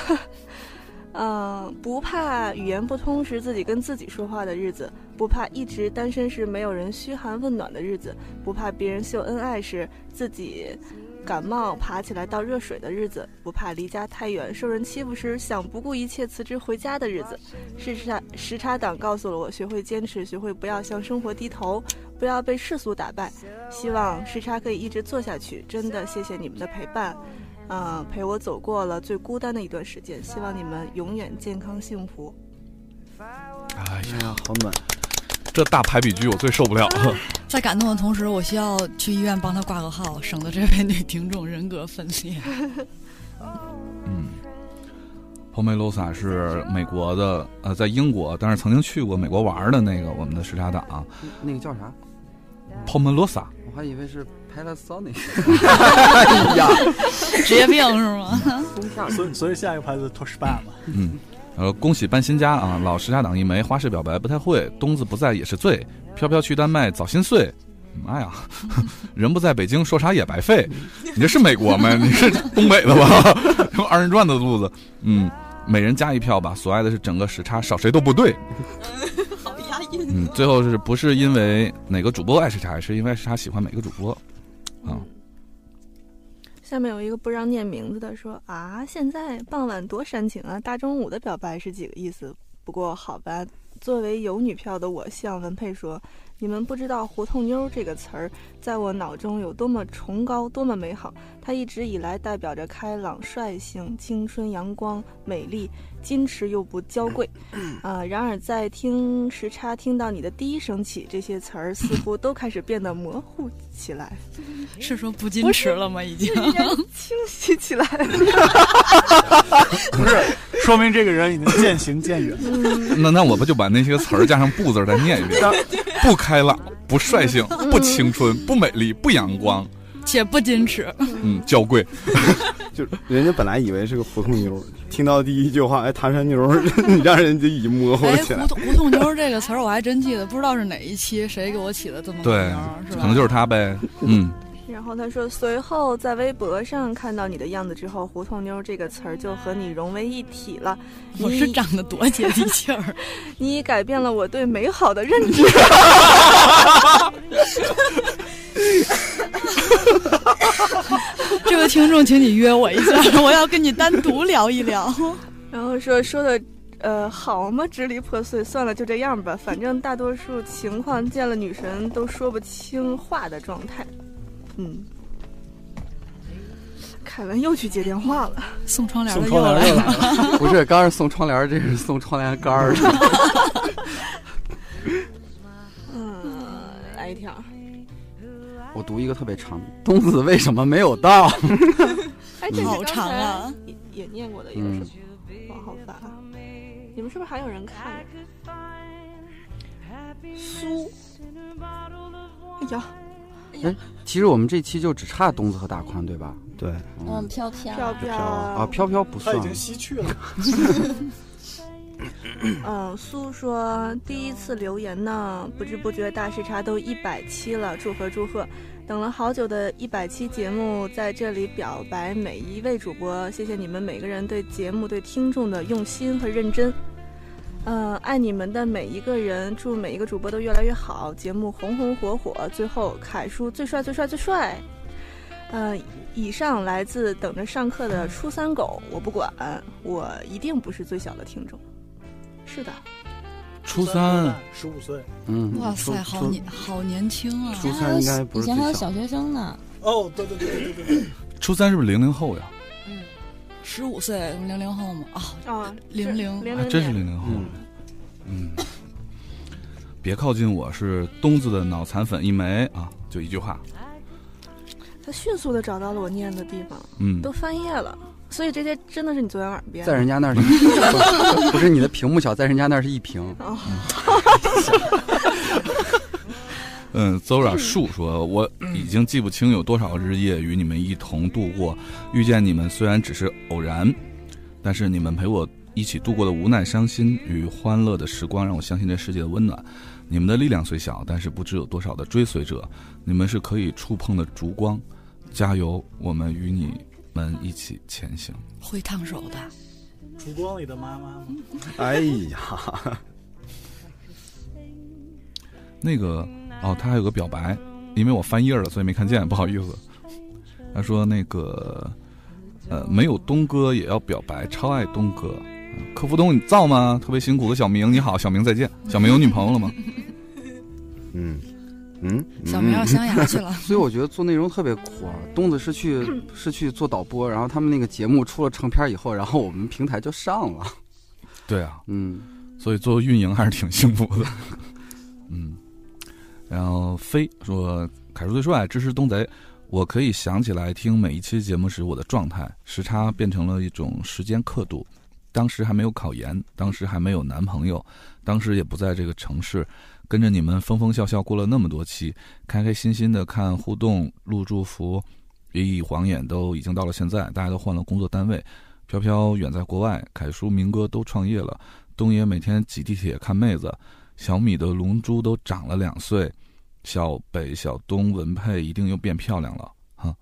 嗯，不怕语言不通时自己跟自己说话的日子，不怕一直单身时没有人嘘寒问暖的日子，不怕别人秀恩爱时自己感冒爬起来倒热水的日子，不怕离家太远受人欺负时想不顾一切辞职回家的日子。时差时差党告诉了我，学会坚持，学会不要向生活低头，不要被世俗打败。希望时差可以一直做下去，真的谢谢你们的陪伴。啊、陪我走过了最孤单的一段时间，希望你们永远健康幸福。哎呀，好暖！这大排比句我最受不了啊了。在感动的同时，我需要去医院帮她挂个号，省得这位女听众人格分裂。 [laughs] Pomelosa 是美国的，呃，在英国，但是曾经去过美国玩的那个我们的时差党那个叫啥？ Pomelosa。我还以为是 [laughs] Panasonic。哎呀职业病是 [laughs] 吗？所以所以下一个牌子 Toshiba 嘛，嗯，呃，恭喜搬新家啊！老时差党一枚，花式表白不太会，东子不在也是罪，飘飘去丹麦早心碎。妈呀， [laughs] 人不在北京说啥也白费。你这是美国吗？你是东北的吧？用 [laughs] 二人转的路子，嗯，每人加一票吧。所爱的是整个时差，少谁都不对。好压抑。嗯，最后是不是因为哪个主播爱时差，是因为时差喜欢每个主播啊？下面有一个不让念名字的说啊，现在傍晚多煽情啊，大中午的表白是几个意思？不过好吧，作为有女票的我，向文佩说：“你们不知道‘胡同妞’这个词儿在我脑中有多么崇高，多么美好。它一直以来代表着开朗、率性、青春、阳光、美丽、矜持又不娇贵。啊、然而在听时差听到你的第一声起，这些词儿似乎都开始变得模糊起来。哎是说不矜持了吗？已经就应该清晰起来了。 [laughs] 不是，说明这个人已经渐行渐 [laughs] 远。嗯 [laughs] 那那我不就把那些词儿加上“不”字儿再念一遍？不开朗，不率性，嗯不青春，不美丽，不阳光，且不矜持。 [laughs] 嗯，娇贵。 [laughs] 就人家本来以为是个胡同妞，听到第一句话，哎，唐山妞， [laughs] 你让人家已经模糊哎了，起来胡。同胡同妞这个词儿我还真记得，不知道是哪一期谁给我起的这么个对名儿，是可吧？能就是他 [laughs] 呗。嗯，然后他说，随后在微博上看到你的样子之后，“胡同妞”这个词儿就和你融为一体了。我你是长得多接地气儿，你改变了我对美好的认 [laughs] 知。这位听众，请你约我一下， [laughs] 我要跟你单独聊一聊。 [laughs] 然后说说的，呃，好嘛，支离破碎，算了，就这样吧。反正大多数情况见了女神都说不清话的状态。嗯，凯文又去接电话了，送窗帘的送窗帘的又来了 [laughs] [laughs] 不是，刚是送窗帘儿，这是送窗帘杆儿。 [laughs] 嗯，来一条。我读一个特别长的，东子为什么没有嗯到？ [laughs] 哎，这是好刚长才啊也！也念过的一个是嗯，王浩发，你们是不是还有人看呀？苏，哎呀，哎，其实我们这期就只差东子和大宽，对吧？对， [laughs] 嗯，飘飘飘飘啊，飘飘不算，去了。 [laughs] 嗯，苏说第一次留言呢，不知不觉大时差都一百期了，祝贺祝贺！等了好久的一百期节目，在这里表白每一位主播，谢谢你们每个人对节目、对听众的用心和认真。嗯，爱你们的每一个人，祝每一个主播都越来越好，节目红红火火。最后，凯叔最帅最帅最帅。呃，以上来自等着上课的初三狗，我不管，我一定不是最小的听众。是的，初三，十五岁。嗯哇塞，好年好年轻啊！初三应该不是最小以前还有小学生呢。哦，对对对对对对，初三是不是零零后呀？十五岁，零零后嘛，啊，零零还真是零零后。嗯，别靠近我是东子的脑残粉一枚啊！就一句话，他迅速的找到了我念的地方，嗯都翻页了，所以这些真的是你昨天晚上编的。在人家那儿是 [laughs] 不是你的屏幕小，在人家那儿是一屏。 [laughs] 哦，嗯，Zora 树说，我已经记不清有多少日夜与你们一同度过，遇见你们虽然只是偶然，但是你们陪我一起度过的无奈、伤心与欢乐的时光，让我相信这世界的温暖。你们的力量虽小，但是不知有多少的追随者，你们是可以触碰的烛光。加油，我们与你们一起前行。会烫手的。烛光里的妈妈吗？哎呀，那个哦，他还有个表白，因为我翻页了，所以没看见， [laughs] 不好意思。他说那个呃，没有东哥也要表白，超爱东哥。嗯客服东，你造吗？特别辛苦的小明，你好，小明再见。小明有女朋友了吗？嗯嗯，小明要镶牙去 [laughs] 了 [laughs] 所以我觉得做内容特别苦啊。东子是去是去做导播，然后他们那个节目出了成片以后，然后我们平台就上了。对啊，嗯，所以做运营还是挺幸福的。 [laughs] 嗯，然后飞说：“凯叔最帅，支持东贼。我可以想起来听每一期节目时我的状态，时差变成了一种时间刻度。当时还没有考研，当时还没有男朋友，当时也不在这个城市，跟着你们疯疯笑笑过了那么多期，开开心心的看互动、录祝福，一晃眼都已经到了现在，大家都换了工作单位，飘飘远在国外，凯叔、明哥都创业了，东爷每天挤地铁看妹子，小米的龙珠都长了两岁，小北、小东、文佩一定又变漂亮了哈，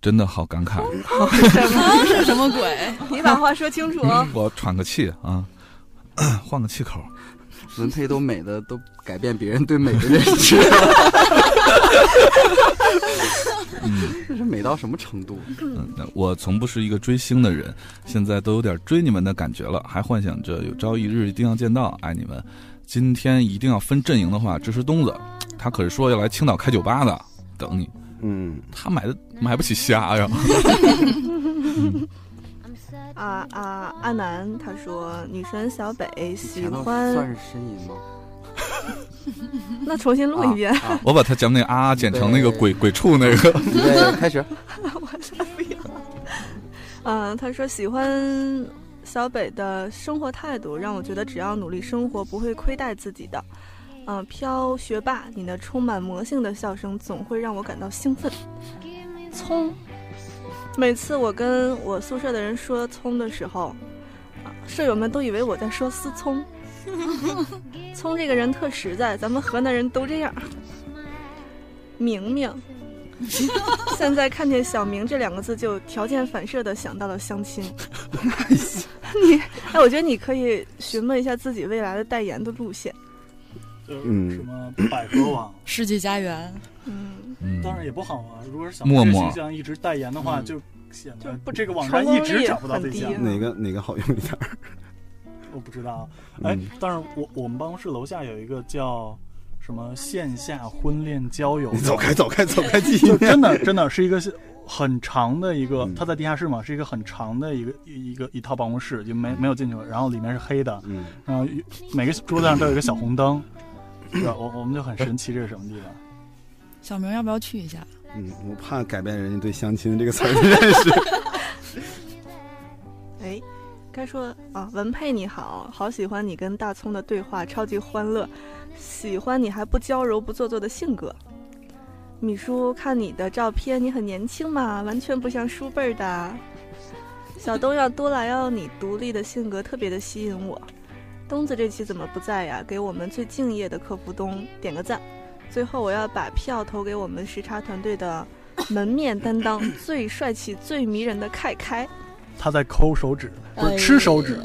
真的哦好感慨。哦 [laughs] 什是什么鬼？你把话说清楚哦。我喘个气啊，换个气口。文佩都美的都改变别人对美的认知了。 [laughs] 这是美到什么程度？啊嗯 [laughs] 那我从不是一个追星的人，现在都有点追你们的感觉了，还幻想着有朝一日一定要见到，爱你们。今天一定要分阵营的话，支持东子，他可是说要来青岛开酒吧的，等你。嗯，他买的买不起虾 [laughs] 呀。嗯啊啊！阿南他说：“女神小北喜前头欢。”算是呻吟吗？ [laughs] 那重新录一遍。我把他节目那啊剪成那个鬼鬼畜那个。对，开 [laughs] 始。我才不要。嗯，他说喜欢小北的生活态度，让我觉得只要努力生活，不会亏待自己的。嗯，飘学霸，你的充满魔性的笑声总会让我感到兴奋。葱，每次我跟我宿舍的人说葱的时候，啊舍友们都以为我在说思聪。 [laughs] 葱这个人特实在，咱们河南人都这样。明明， [laughs] 现在看见“小明”这两个字，就条件反射的想到了相亲。你，哎，我觉得你可以询问一下自己未来的代言的路线。嗯，什么百合网、世纪佳缘，嗯，当然也不好啊。如果是想陌陌形象一直代言的嗯话，就显得不这个网站一直找不到对象。哪个哪个好用一点儿？我不知道。哎嗯，但是我我们办公室楼下有一个叫什么线下婚恋交友，你 [laughs] 走开走开走开继续嗯就真的真的是一个很长的一个，它在地下室嘛，是一个很长的一个一一个一套办公室，就没没有进去过，然后里面是黑的，嗯，然后每个桌子上都有一个小 [laughs] [laughs] 红灯，是吧？我我们就很神奇，这是什么地方？小明要不要去一下？嗯，我怕改变人家对相亲这个词儿的认 [laughs] 识。哎，该说啊，文佩你好，好喜欢你跟大葱的对话，超级欢乐，喜欢你还不娇柔不做作的性格。米叔，看你的照片，你很年轻嘛，完全不像叔辈儿的。小东要多来哦，你独立的性格特别的吸引我。东子这期怎么不在呀？给我们最敬业的客服东点个赞。最后我要把票投给我们时差团队的门面担当，最帅气、最迷人的凯凯。他在抠手指，哎不是吃手指。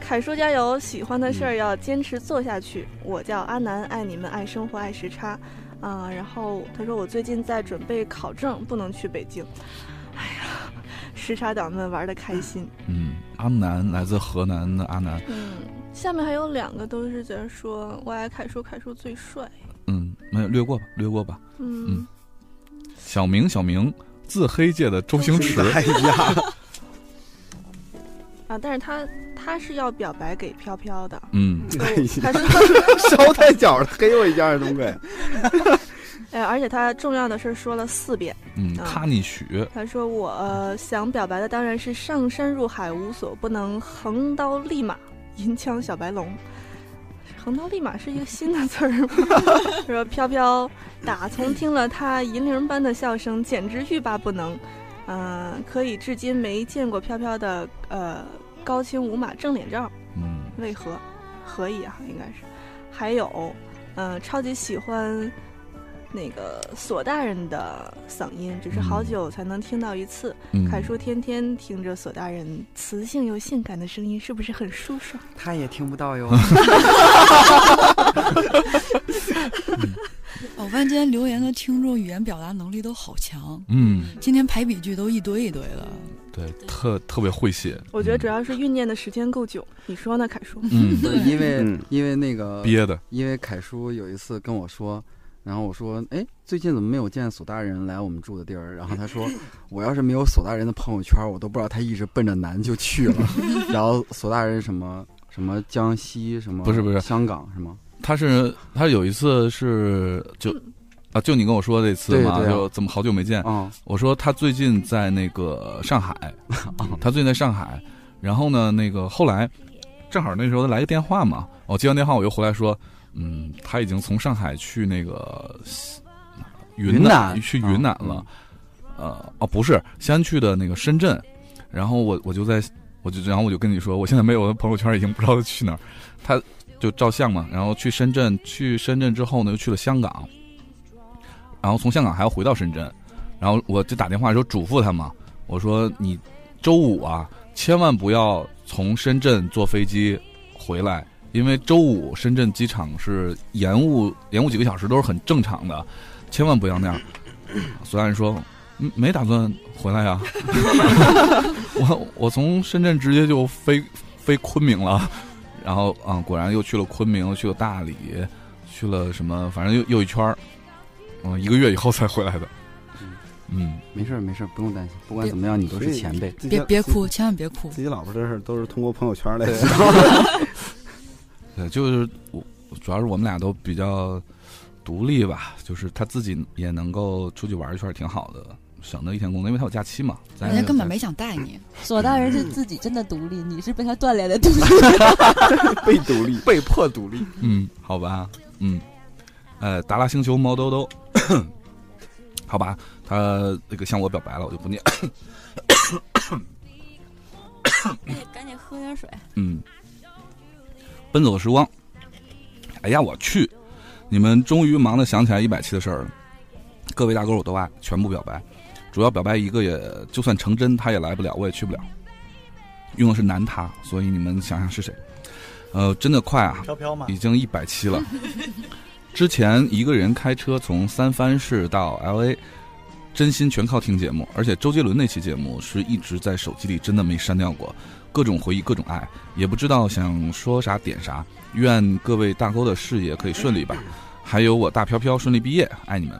凯叔加油！喜欢的事儿要坚持做下去。我叫阿南，爱你们，爱生活，爱时差。啊、然后他说我最近在准备考证，不能去北京。哎呀，时差党们玩的开心。 [laughs] 嗯，阿南来自河南的阿南，嗯，下面还有两个都是在说我爱凯叔，凯叔最帅。嗯，没有略过吧，略过吧。嗯，小明，小明，自黑界的周星驰。哎呀，啊，但是他他是要表白给飘飘的。嗯，他说 [laughs] 烧 [laughs] 太角了，黑我一下是什么鬼？哎，而且他重要的事儿说了四遍。嗯，啊卡尼许，他说我：“呃、想表白的当然是上山入海无所不能，横刀立马，银枪小白龙。”横刀立马是一个新的词儿吗？ [laughs] 他说：“飘飘，打从听了他银铃般的笑声，简直欲罢不能。嗯、可以至今没见过飘飘的呃高清无码正脸照。嗯，为何？何以啊？应该是。还有，嗯、超级喜欢那个索大人的嗓音，只是嗯好久才能听到一次。嗯凯叔天天听着索大人磁性又性感的声音，是不是很舒爽？ [laughs] 他也听不到 [laughs] 哟。 [laughs] 我发现今天留言的听众语言表达能力都好强，嗯，今天排比句都一堆一堆的。对，特特别会写，我觉得主要是酝酿的时间够久，你说呢，凯叔？嗯对因为因为那个憋的，因为凯叔有一次跟我说，然后我说，哎，最近怎么没有见索大人来我们住的地儿？然后他说，我要是没有索大人的朋友圈，我都不知道他一直奔着南就去了。然后索大人什么什么江西什么不是不是哦香港是吗？他是他有一次是就啊，就你跟我说这次嘛，对对啊就怎么好久没见、嗯我说他最近在那个上海，哦他最近在上海，然后呢，那个后来正好那时候来个电话嘛，我接完电话我又回来说，嗯，他已经从上海去那个云云南去云南了，呃哦不是，先去的那个深圳，然后我我就在我就然后我就跟你说，我现在没有我的朋友圈已经不知道去哪儿，他就照相嘛，然后去深圳，去深圳之后呢又去了香港，然后从香港还要回到深圳，然后我就打电话的时候嘱咐他嘛，我说你周五啊，千万不要从深圳坐飞机回来，因为周五深圳机场是延误延误几个小时都是很正常的，千万不要那样。索大人说。嗯没打算嗯回来呀、我我从深圳直接就飞飞昆明了，然后嗯，果然又去了昆明，又去了大理，去了什么，反正又又一圈儿，嗯，一个月以后才回来的。嗯，没事儿没事儿，不用担心，不管怎么样你 [laughs] 都是前辈，别别哭，千万别哭。自己老婆这事儿都是通过朋友圈来对知道的。 [laughs] 对，就是我，主要是我们俩都比较独立吧，就是他自己也能够出去玩一圈儿，挺好的，省得一天工作，因为他有假期嘛。咱人家根本咱没想带你，左大人是自己真的独立，你是被他锻炼的独立。被独立，被迫独立。嗯，好吧，嗯，呃，达拉星球毛兜兜， [clears throat] 好吧，他那个向我表白了，我就不念。 [coughs] 赶紧喝点水。嗯，奔走的时光。哎呀，我去！你们终于忙得想起来一百期的事儿了。各位大哥，我都爱，全部表白。主要表白一个也，就算成真，他也来不了，我也去不了。用的是男他，所以你们想想是谁？呃，真的快啊！飘飘嘛已经一百期了。之前一个人开车从三藩市到 L A，真心全靠听节目，而且周杰伦那期节目是一直在手机里，真的没删掉过，各种回忆，各种爱，也不知道想说啥点啥。愿各位大沟的事业可以顺利嗯吧，还有我大飘飘顺利毕业，爱你们。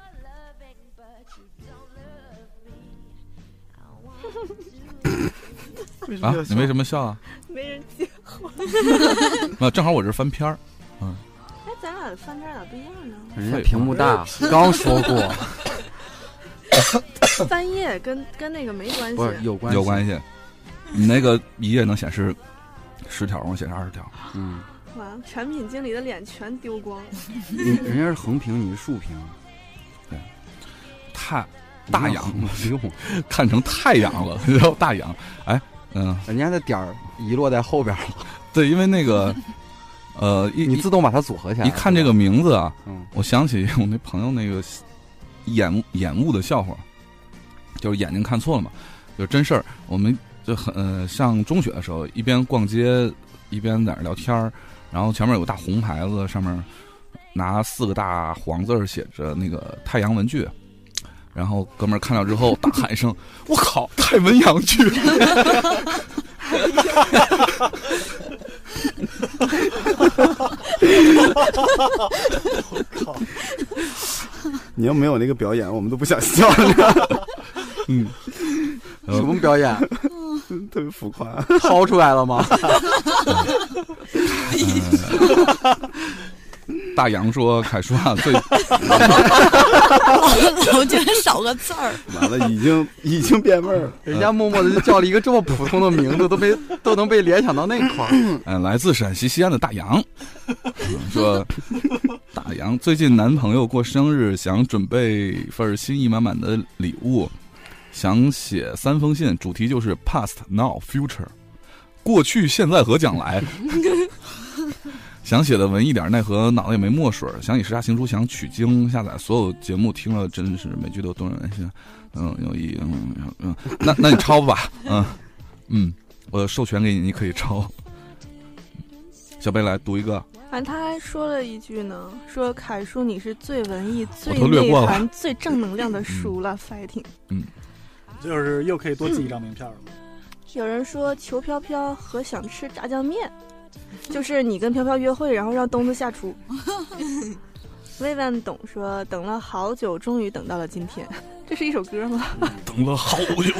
啊，你为什么笑啊？没人接话。 [laughs] 啊，正好我这翻篇儿，嗯哎，咱俩翻篇儿咋不一样呢？人家屏幕大，刚说过， [laughs] 翻页跟跟那个没关系。不是有关有关系。你那个一页能显示十条，我显示二十条。嗯，完了，产品经理的脸全丢光了。你人 [laughs] 家是横屏，你是竖屏，太大洋了没用， [laughs] 看成太阳了， [laughs] 然后大洋，哎，嗯，人家的点儿遗落在后边了，对，因为那 [laughs] 个，呃，一你自动把它组合起来一了，看这个名字啊，嗯我想起我那朋友那个眼眼雾的笑话，就是眼睛看错了嘛，就是真事儿。我们就很、呃、上中学的时候，一边逛街一边在那儿聊天儿，然后前面有个大红牌子，上面拿四个大黄字儿写着那个太阳文具。然后哥们儿看到之 [laughs] 后大喊一声：“我靠，太文洋剧！”我靠！你要没有那个表演，我们都不想笑了。嗯， [laughs] 什么表演？ [laughs] 特别浮夸， [laughs] 掏出来了吗？大洋说：“凯叔啊，最我觉得少个字儿。完了，已经已经变味儿了。人家默默的就叫了一个这么普通的名字，都被都能被联想到那块儿。嗯，来自陕西西安的大洋，说大洋最近男朋友过生日，想准备份儿心意满满的礼物，想写三封信，主题就是 past、now、future，过去、现在和将来。想写的文艺点儿，奈何脑袋也没墨水儿。想以时差情书，想取经，下载所有节目，听了真是每句都动人心。嗯，有意义。嗯嗯，嗯那那你抄吧。嗯嗯，我授权给你，你可以抄。嗯小贝来读一个，反正他还说了一句呢，说凯叔你是最文艺、最都略内过了涵、最正能量的叔了，fighting。就是又可以多寄一张名片了。有人说求飘飘和想吃炸酱面，就是你跟飘飘约会，然后让东子下厨。薇万董说等了好久，终于等到了今天，这是一首歌吗？等了好久。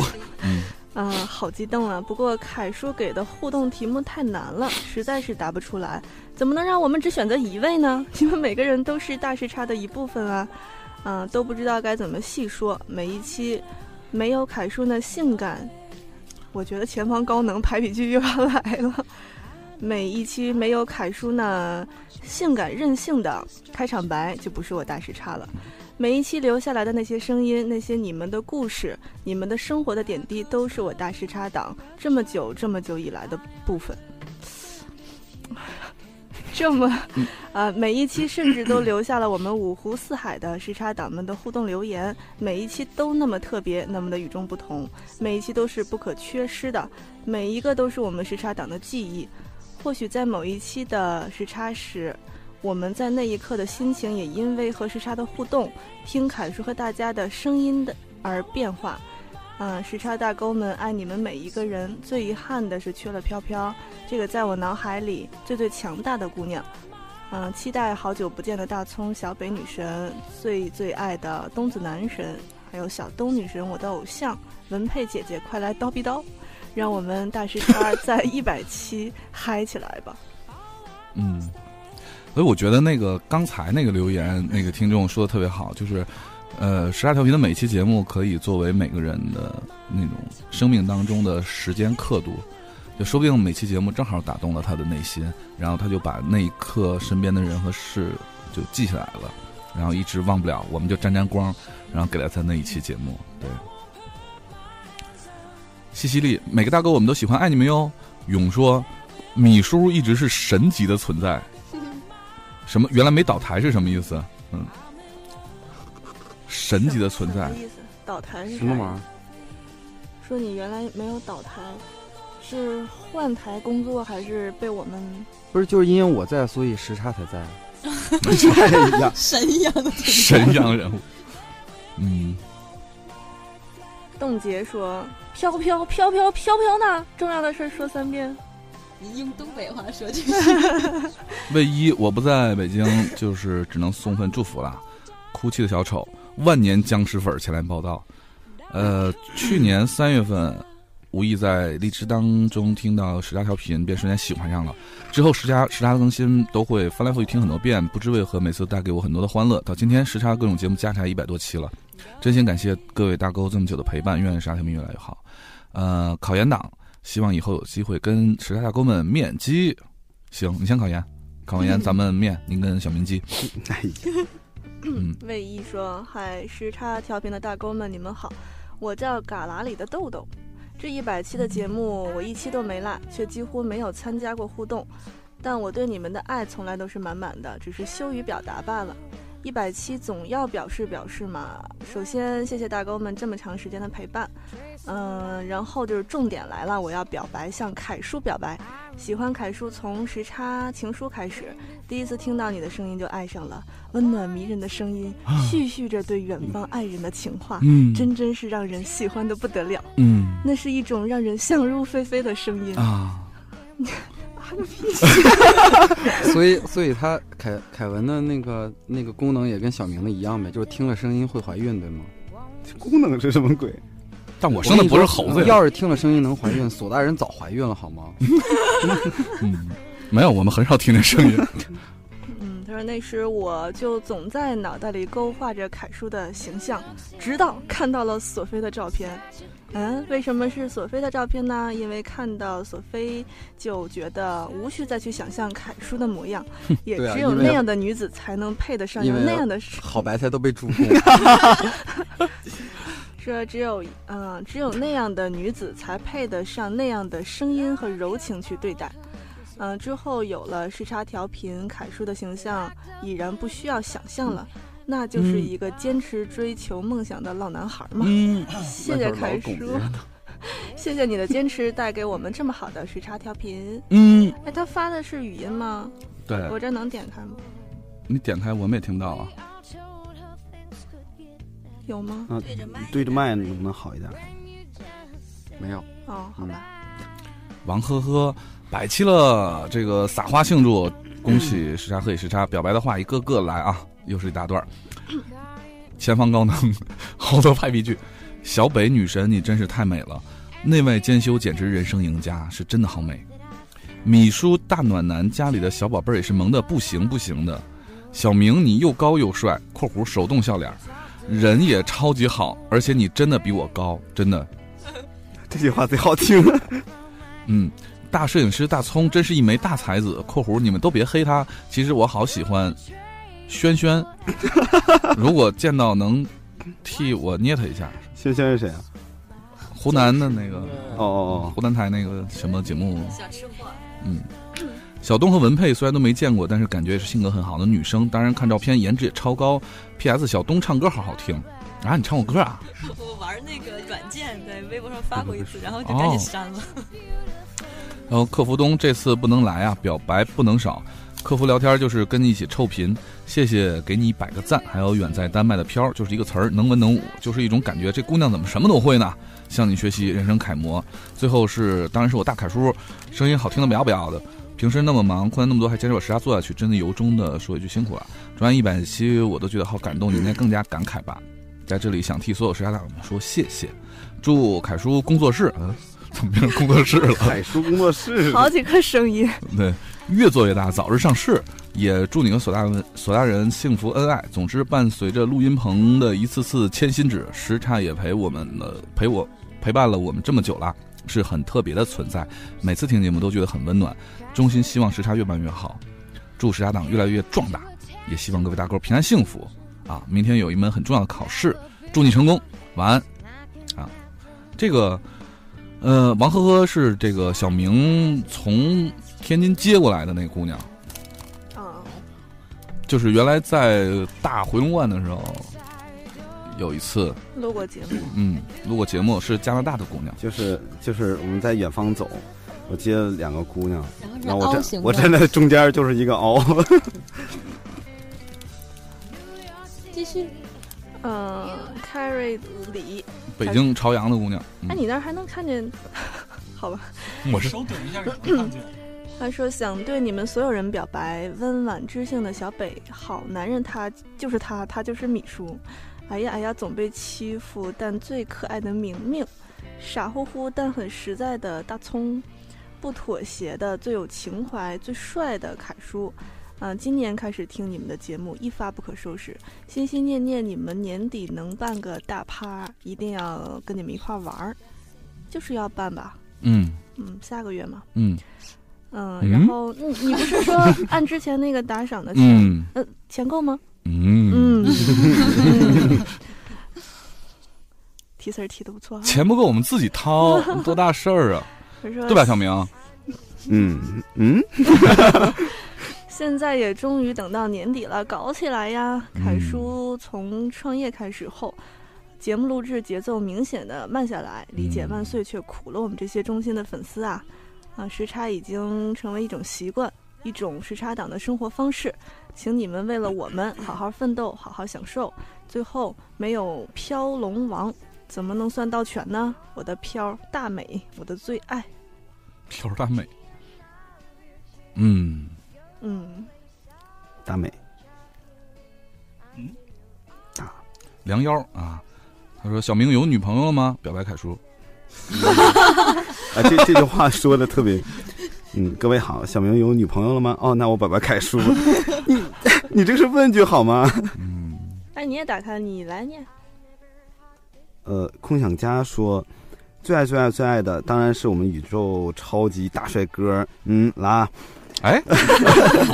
嗯，啊，好激动啊！不过凯叔给的互动题目太难了，实在是答不出来。怎么能让我们只选择一位呢？ [laughs] 你们每个人都是大时差的一部分啊，嗯、都不知道该怎么细说。每一期没有凯叔那性感，我觉得前方高能排比句又要来了。每一期没有凯叔那性感任性的开场白，就不是我大时差了。每一期留下来的那些声音，那些你们的故事，你们的生活的点滴，都是我大时差党这么久、这么久以来的部分。 [laughs] 这么，啊、每一期甚至都留下了我们五湖四海的时差党们的互动留言，每一期都那么特别，那么的与众不同，每一期都是不可缺失的，每一个都是我们时差党的记忆。或许在某一期的时差时，我们在那一刻的心情也因为和时差的互动，听凯叔和大家的声音的而变化。嗯，时差大沟们爱你们每一个人。最遗憾的是缺了飘飘，这个在我脑海里最最强大的姑娘。嗯，期待好久不见的大葱、小北女神，最最爱的东子男神，还有小东女神，我的偶像文佩姐姐，快来叨逼叨，让我们大时 [laughs] 差在一百期嗨起来吧！嗯，所以我觉得那个刚才那个留言，那个听众说的特别好，就是，呃，时差调频的每一期节目可以作为每个人的那种生命当中的时间刻度，就说不定每期节目正好打动了他的内心，然后他就把那一刻身边的人和事就记下来了，然后一直忘不了，我们就沾沾光，然后给了他那一期节目，对。西西利，每个大哥我们都喜欢，爱你们哟。勇说，米叔一直是神级的存在。什么？原来没倒台是什么意思？嗯，神级的存在意思倒台是啥意儿？说你原来没有倒台，是换台工作还是被我们？ [coughs] 不是，就是因为我在，所以时差才在。 [laughs] 一样 [laughs] 神一样的存在哎神一样的人物。嗯，冻结说：“飘飘飘飘飘飘呢，重要的事儿说三遍。”你用东北话说这个。 [laughs] 卫一我不在北京，就是只能送份祝福啦。哭泣的小丑，万年僵尸粉前来报道。呃，去年三月份，无意在荔枝当中听到时差调频，便瞬间喜欢上了。之后时差时差的更新都会翻来覆去听很多遍，不知为何每次带给我很多的欢乐。到今天时差各种节目加起来一百多期了，真心感谢各位大哥这么久的陪伴，愿时差调频越来越好。呃，考研党，希望以后有机会跟时差大哥们面基。行，你先考研，考完研咱们面，您跟小 [laughs] 明基。哎呀， [clears throat] 嗯卫一说：“嗨，时差调频的大哥们，你们好，我叫旮旯里的豆豆。这一百期的节目，我一期都没落，却几乎没有参加过互动。但我对你们的爱从来都是满满的，只是羞于表达罢了。一百期总要表示表示嘛。首先，谢谢大哥们这么长时间的陪伴，嗯、然后就是重点来了，我要表白，向凯叔表白。喜欢凯叔从时差情书开始，第一次听到你的声音就爱上了，温暖迷人的声音，絮絮着对远方爱人的情话，啊嗯真真是让人喜欢的不得了。嗯那是一种让人想入非非的声音。 [laughs] 啊，妈个屁！以所以，所以他凯凯文的那个那个功能也跟小明的一样呗，就是听了声音会怀孕，对吗？功能是什么鬼？但我生的不是猴子呀要是听了声音能怀孕，索大人早怀孕了好吗？没有，我们很少听这声 [laughs] 音。 [laughs] 嗯，他说那时我就总在脑袋里勾画着凯叔的形象，直到看到了索菲的照片。嗯，为什么是索菲的照片呢？因为看到索菲就觉得无需再去想象凯叔的模 [laughs] 样，也对啊只有因为那样的女子才能配得上有因为那样的好白菜都被蛀 [laughs] 过。说只有嗯、只有那样的女子才配得上那样的声音和柔情去对待。嗯、之后有了时差调频，凯叔的形象已然不需要想象了，那就是一个坚持追求梦想的老男孩嘛。嗯 [laughs] 谢谢凯叔那会儿老 [laughs] 拱着，谢谢你的坚持，带给我们这么好的时差调频。嗯，哎，他发的是语音吗？对我这能点开吗？你点开我们也听不到啊。有吗？啊，对着麦能不能好一点？没有。哦，好吧。王呵呵，百期了，这个撒花庆祝，恭喜时差和以时差，表白的话一个个来啊，又是一大段儿。前方高能，好多派币剧。小北女神，你真是太美了，内外兼修，简直人生赢家，是真的好美。米叔大暖男家里的小宝贝儿也是萌的不行不行的。小明，你又高又帅（括弧手动笑脸儿），人也超级好，而且你真的比我高，真的。 [laughs] 这句话贼好听。嗯，大摄影师大葱真是一枚大才子（括弧你们都别黑他）。其实我好喜欢轩 [laughs] 轩，如果见到能替我捏他一下。轩轩是谁啊？湖南的那个哦哦哦，湖南台那个什么节目？小吃货。嗯，小东和文佩虽然都没见过，但是感觉也是性格很好的女生。当然看照片颜值也超高。P.S. 小东唱歌好好听啊！你唱我歌啊？我玩那个软件，在微博上发过一次，然后就赶紧删了。然后客服东这次不能来啊，表白不能少。客客服聊天就是跟你一起臭贫，谢谢给你一百个赞，还有远在丹麦的飘，就是一个词儿，能文能武，就是一种感觉。这姑娘怎么什么都会呢？向你学习，人生楷模。最后是，当然是我大凯叔，声音好听的不要不要的。平时那么忙，困难那么多，还坚持把时差做下去，真的由衷的说一句辛苦了。转完一百期，我都觉得好感动，你应该更加感慨吧。在这里想替所有时差党们说谢谢，祝凯叔工作室，嗯，怎么变成工作室了？凯叔工作 [laughs] 室好几个声音，对，越做越大，早日上市。也祝你和索大文索大人幸福恩爱。总之，伴随着录音棚的一次次牵心指，时差也陪我们了，陪我陪伴了我们这么久了，是很特别的存在。每次听节目都觉得很温暖，衷心希望时差越办越好，祝时差党越来越壮大，也希望各位大哥平安幸福啊！明天有一门很重要的考试，祝你成功，晚安啊！这个。呃，王呵呵是这个小明从天津接过来的那姑娘，啊，就是原来在大回龙观的时候，有一次，录过节目，嗯，录过节目，是加拿大的姑娘，就是就是我们在远方走， [laughs] 我接了两个姑娘，然然后是凹后我站形的我站在中间就是一个凹，继续，嗯，Carrie 李，北京朝阳的姑娘，哎，嗯，你那儿还能看见？ [laughs] 好吧，我是顶一下看见。 [laughs] 他说想对你们所有人表白，温婉知性的小北，好男人他就是他，他就是米叔。哎呀哎呀，总被欺负但最可爱的明明，傻乎乎但很实在的大葱，不妥协的最有情怀、最帅的凯叔。啊、今年开始听你们的节目，一发不可收拾，心心念念你们年底能办个大趴，一定要跟你们一块儿玩儿，就是要办吧？嗯嗯，下个月嘛。嗯，嗯，嗯然后你你不是 [laughs] 说按之前那个打赏的钱，嗯呃，钱够吗？ [laughs] 嗯嗯提词儿提的不错啊。钱不够我们自己 [laughs] 掏，多大事儿啊，我说对吧，小 [laughs] 明？嗯 [laughs] 嗯，现在也终于等到年底了，搞起来呀！凯叔从创业开始后，节目录制节奏明显的慢下来，理解万岁却苦了我们这些忠心的粉丝啊！啊，时差已经成为一种习惯，一种时差党的生活方式，请你们为了我们好好奋斗，好好享受。最后没有飘龙王，怎么能算到全呢？我的飘大美，我的最爱，飘大美，嗯，嗯，大美，梁幺啊，他说小明有女朋友了吗？表白凯叔，啊，这这句话说的特别，嗯，各位好，小明有女朋友了吗？哦，那我表白凯叔， [laughs] 你你这是问句好吗？哎，你也打开，你来念。呃，空想家说，最爱最爱最爱的当然是我们宇宙超级大帅哥，嗯，啦，哎， [laughs]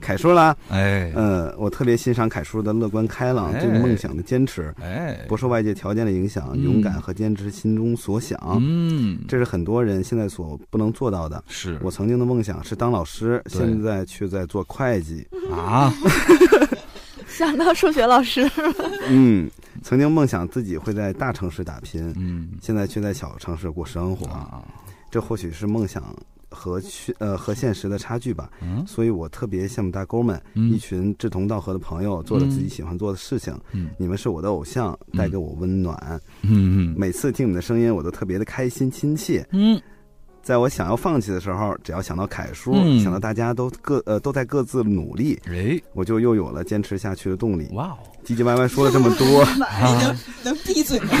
凯叔啦，哎，嗯，我特别欣赏凯叔的乐观开朗，对哎梦想的坚持，哎，不受外界条件的影响，嗯勇敢和坚持心中所想，嗯，这是很多人现在所不能做到的。是我曾经的梦想是当老师，对现在却在做会计啊。想到数学老师，嗯，曾经梦想自己会在大城市打拼，嗯，现在却在小城市过生活，这或许是梦想和去呃和现实的差距吧。嗯所以我特别羡慕大沟们，嗯一群志同道合的朋友，做着自己喜欢做的事情。嗯你们是我的偶像，带给我温暖。嗯嗯每次听你们的声音，我都特别的开心亲切。嗯，在我想要放弃的时候，只要想到凯叔，嗯想到大家都各呃都在各自努力，哎，我就又有了坚持下去的动力。哇哦，啊唧唧歪歪说了这么 [laughs] [laughs] 哎多，能能闭嘴吗？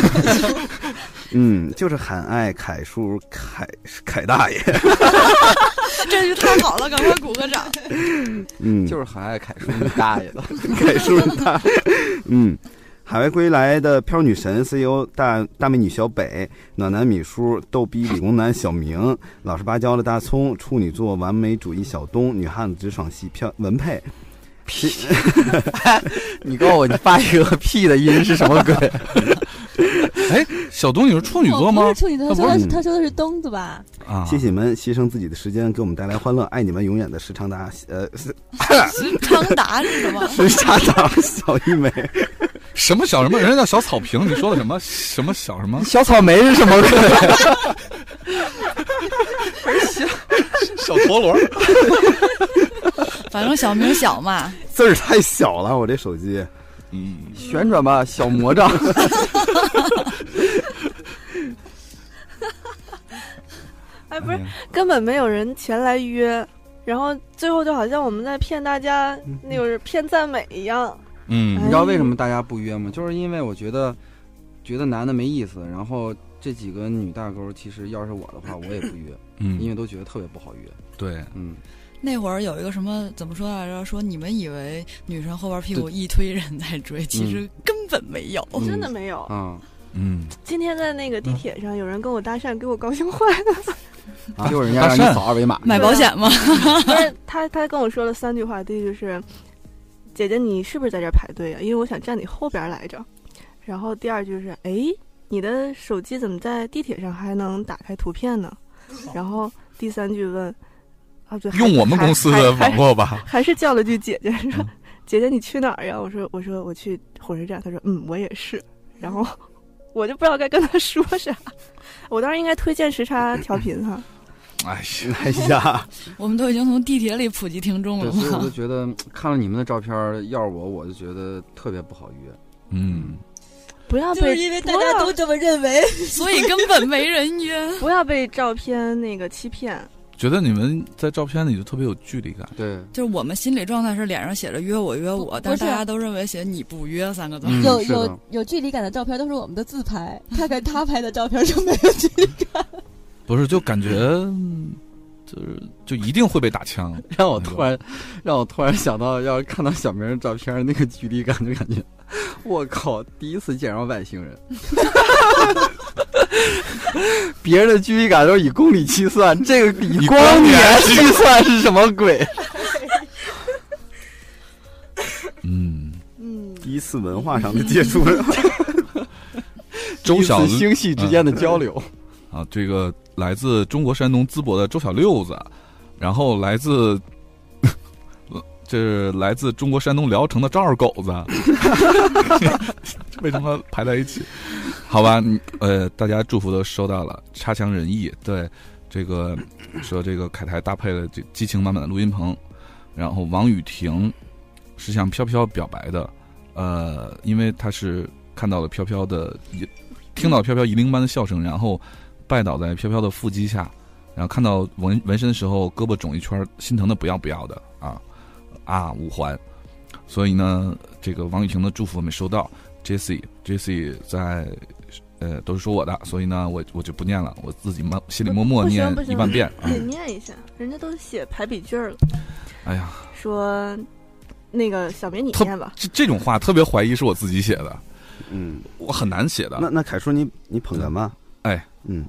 嗯，就是喊爱凯叔凯凯大 [laughs] 爷，这句太好了，赶快鼓个掌。嗯，就是很爱凯叔你大爷 [laughs] 的，凯叔大， [laughs] 嗯。海外归来的飘女神 CEO 大大美女小北，暖男米叔，逗逼理工男小明，老实巴交的大葱，处女座完美主义小东，女汉子直爽系飘文佩， [laughs] 你告诉我你发一个屁的音是什么鬼？ [laughs] 哎，小东你是哦处女座吗？哦不是处女座，他他说不的是是他说的是东子吧？啊谢谢你们牺牲自己的时间给我们带来欢乐，爱你们永远的时常达 [laughs] 呃时长达是 [laughs] 什么？时常达小玉梅，什么小什么？人家叫小草坪，你说的什么什么小什么？小草莓是什么鬼？ [laughs] 小陀螺。 [laughs] 反正小明小嘛，字儿太小了，我这手机。嗯，旋转吧，小魔 [laughs] 杖。哎，不是，根本没有人前来约，然后最后就好像我们在骗大家，那种骗赞美一样。嗯，你知道为什么大家不约吗？就是因为我觉得，觉得男的没意思。然后这几个女大勾，其实要是我的话，我也不约，嗯因为都觉得特别不好约。对，嗯，那会儿有一个什么怎么说来着？说你们以为女生后边屁股一推人在追，其实根本没有，哦嗯真的没有啊，嗯，今天在那个地铁上，有人跟我搭讪，给我高兴坏了。啊就是人家啊让你扫二维码，买保 [laughs] 险吗？不啊是，他他跟我说了三句话，第一句是：“姐姐，你是不是在这儿排队啊？因为我想站你后边来着。”然后第二句是：“哎，你的手机怎么在地铁上还能打开图片呢？”然后第三句问：“啊，对，还用我们公司的网络吧嗯还还还是叫了句姐姐，说：“姐姐，你去哪儿呀？”我说：“我说我去火车站。”他说：“嗯，我也是。”然后 [laughs] 我就不知道该跟他说啥。我当时应该推荐时差调频哈。哎呀，哎呀， [laughs] 我们都已经从地铁里 [laughs] 普及听众对，了所以我就嘛。觉得看了你们的照片，要是我，我就觉得特别不好约。嗯，不要就是被因为大不家要都这么认为， [laughs] 所以根本没人约。 [laughs] 不要被照片那个欺骗。觉得你们在照片里就特别有距离感。对，就是我们心理状态是脸上写着约我约我，但不是是大家都认为写你不约三个字。嗯有是的有有距离感的照片都是我们的自 [laughs] 拍，看看他拍的照片就没有距离感。不是，就感觉嗯就是就一定会被打枪。 [laughs] 让我突然，让我突然想到，要是看到小明的照片，那个距离感就感觉，我靠，第一次见着外星人。 [laughs] 别人的距离感都是以公里计算，这个以光年计算是什么鬼？ [laughs] [laughs] 嗯嗯，第一次文化上的接触，周小嗯彼此星系之间的交流。啊，这个来自中国山东淄博的周小六子，啊然后来自 [laughs] 这是来自中国山东聊城的赵二狗子，啊 [laughs] 为什么排在一起？好吧，你呃，大家祝福都收到了，差强人意。对，这个说这个凯台搭配了这激情满满的录音棚，然后王雨婷是向飘飘表白的，呃，因为她是看到了飘飘的听到飘飘银铃般的笑声，然后拜倒在飘飘的腹肌下，然后看到纹纹身的时候，胳膊肿一圈，心疼的不要不要的啊啊五环。所以呢，这个王雨婷的祝福没收到，Jesse Jesse 在呃都是说我的，所以呢，我我就不念了，我自己默心里默默不行念不行，一万遍。啊得念一下，人家都写排比句儿了。哎呀，说那个小明你特念吧，这这种话特别怀疑是我自己写的，嗯，我很难写的。那那凯叔你你捧哏吧，哎，嗯，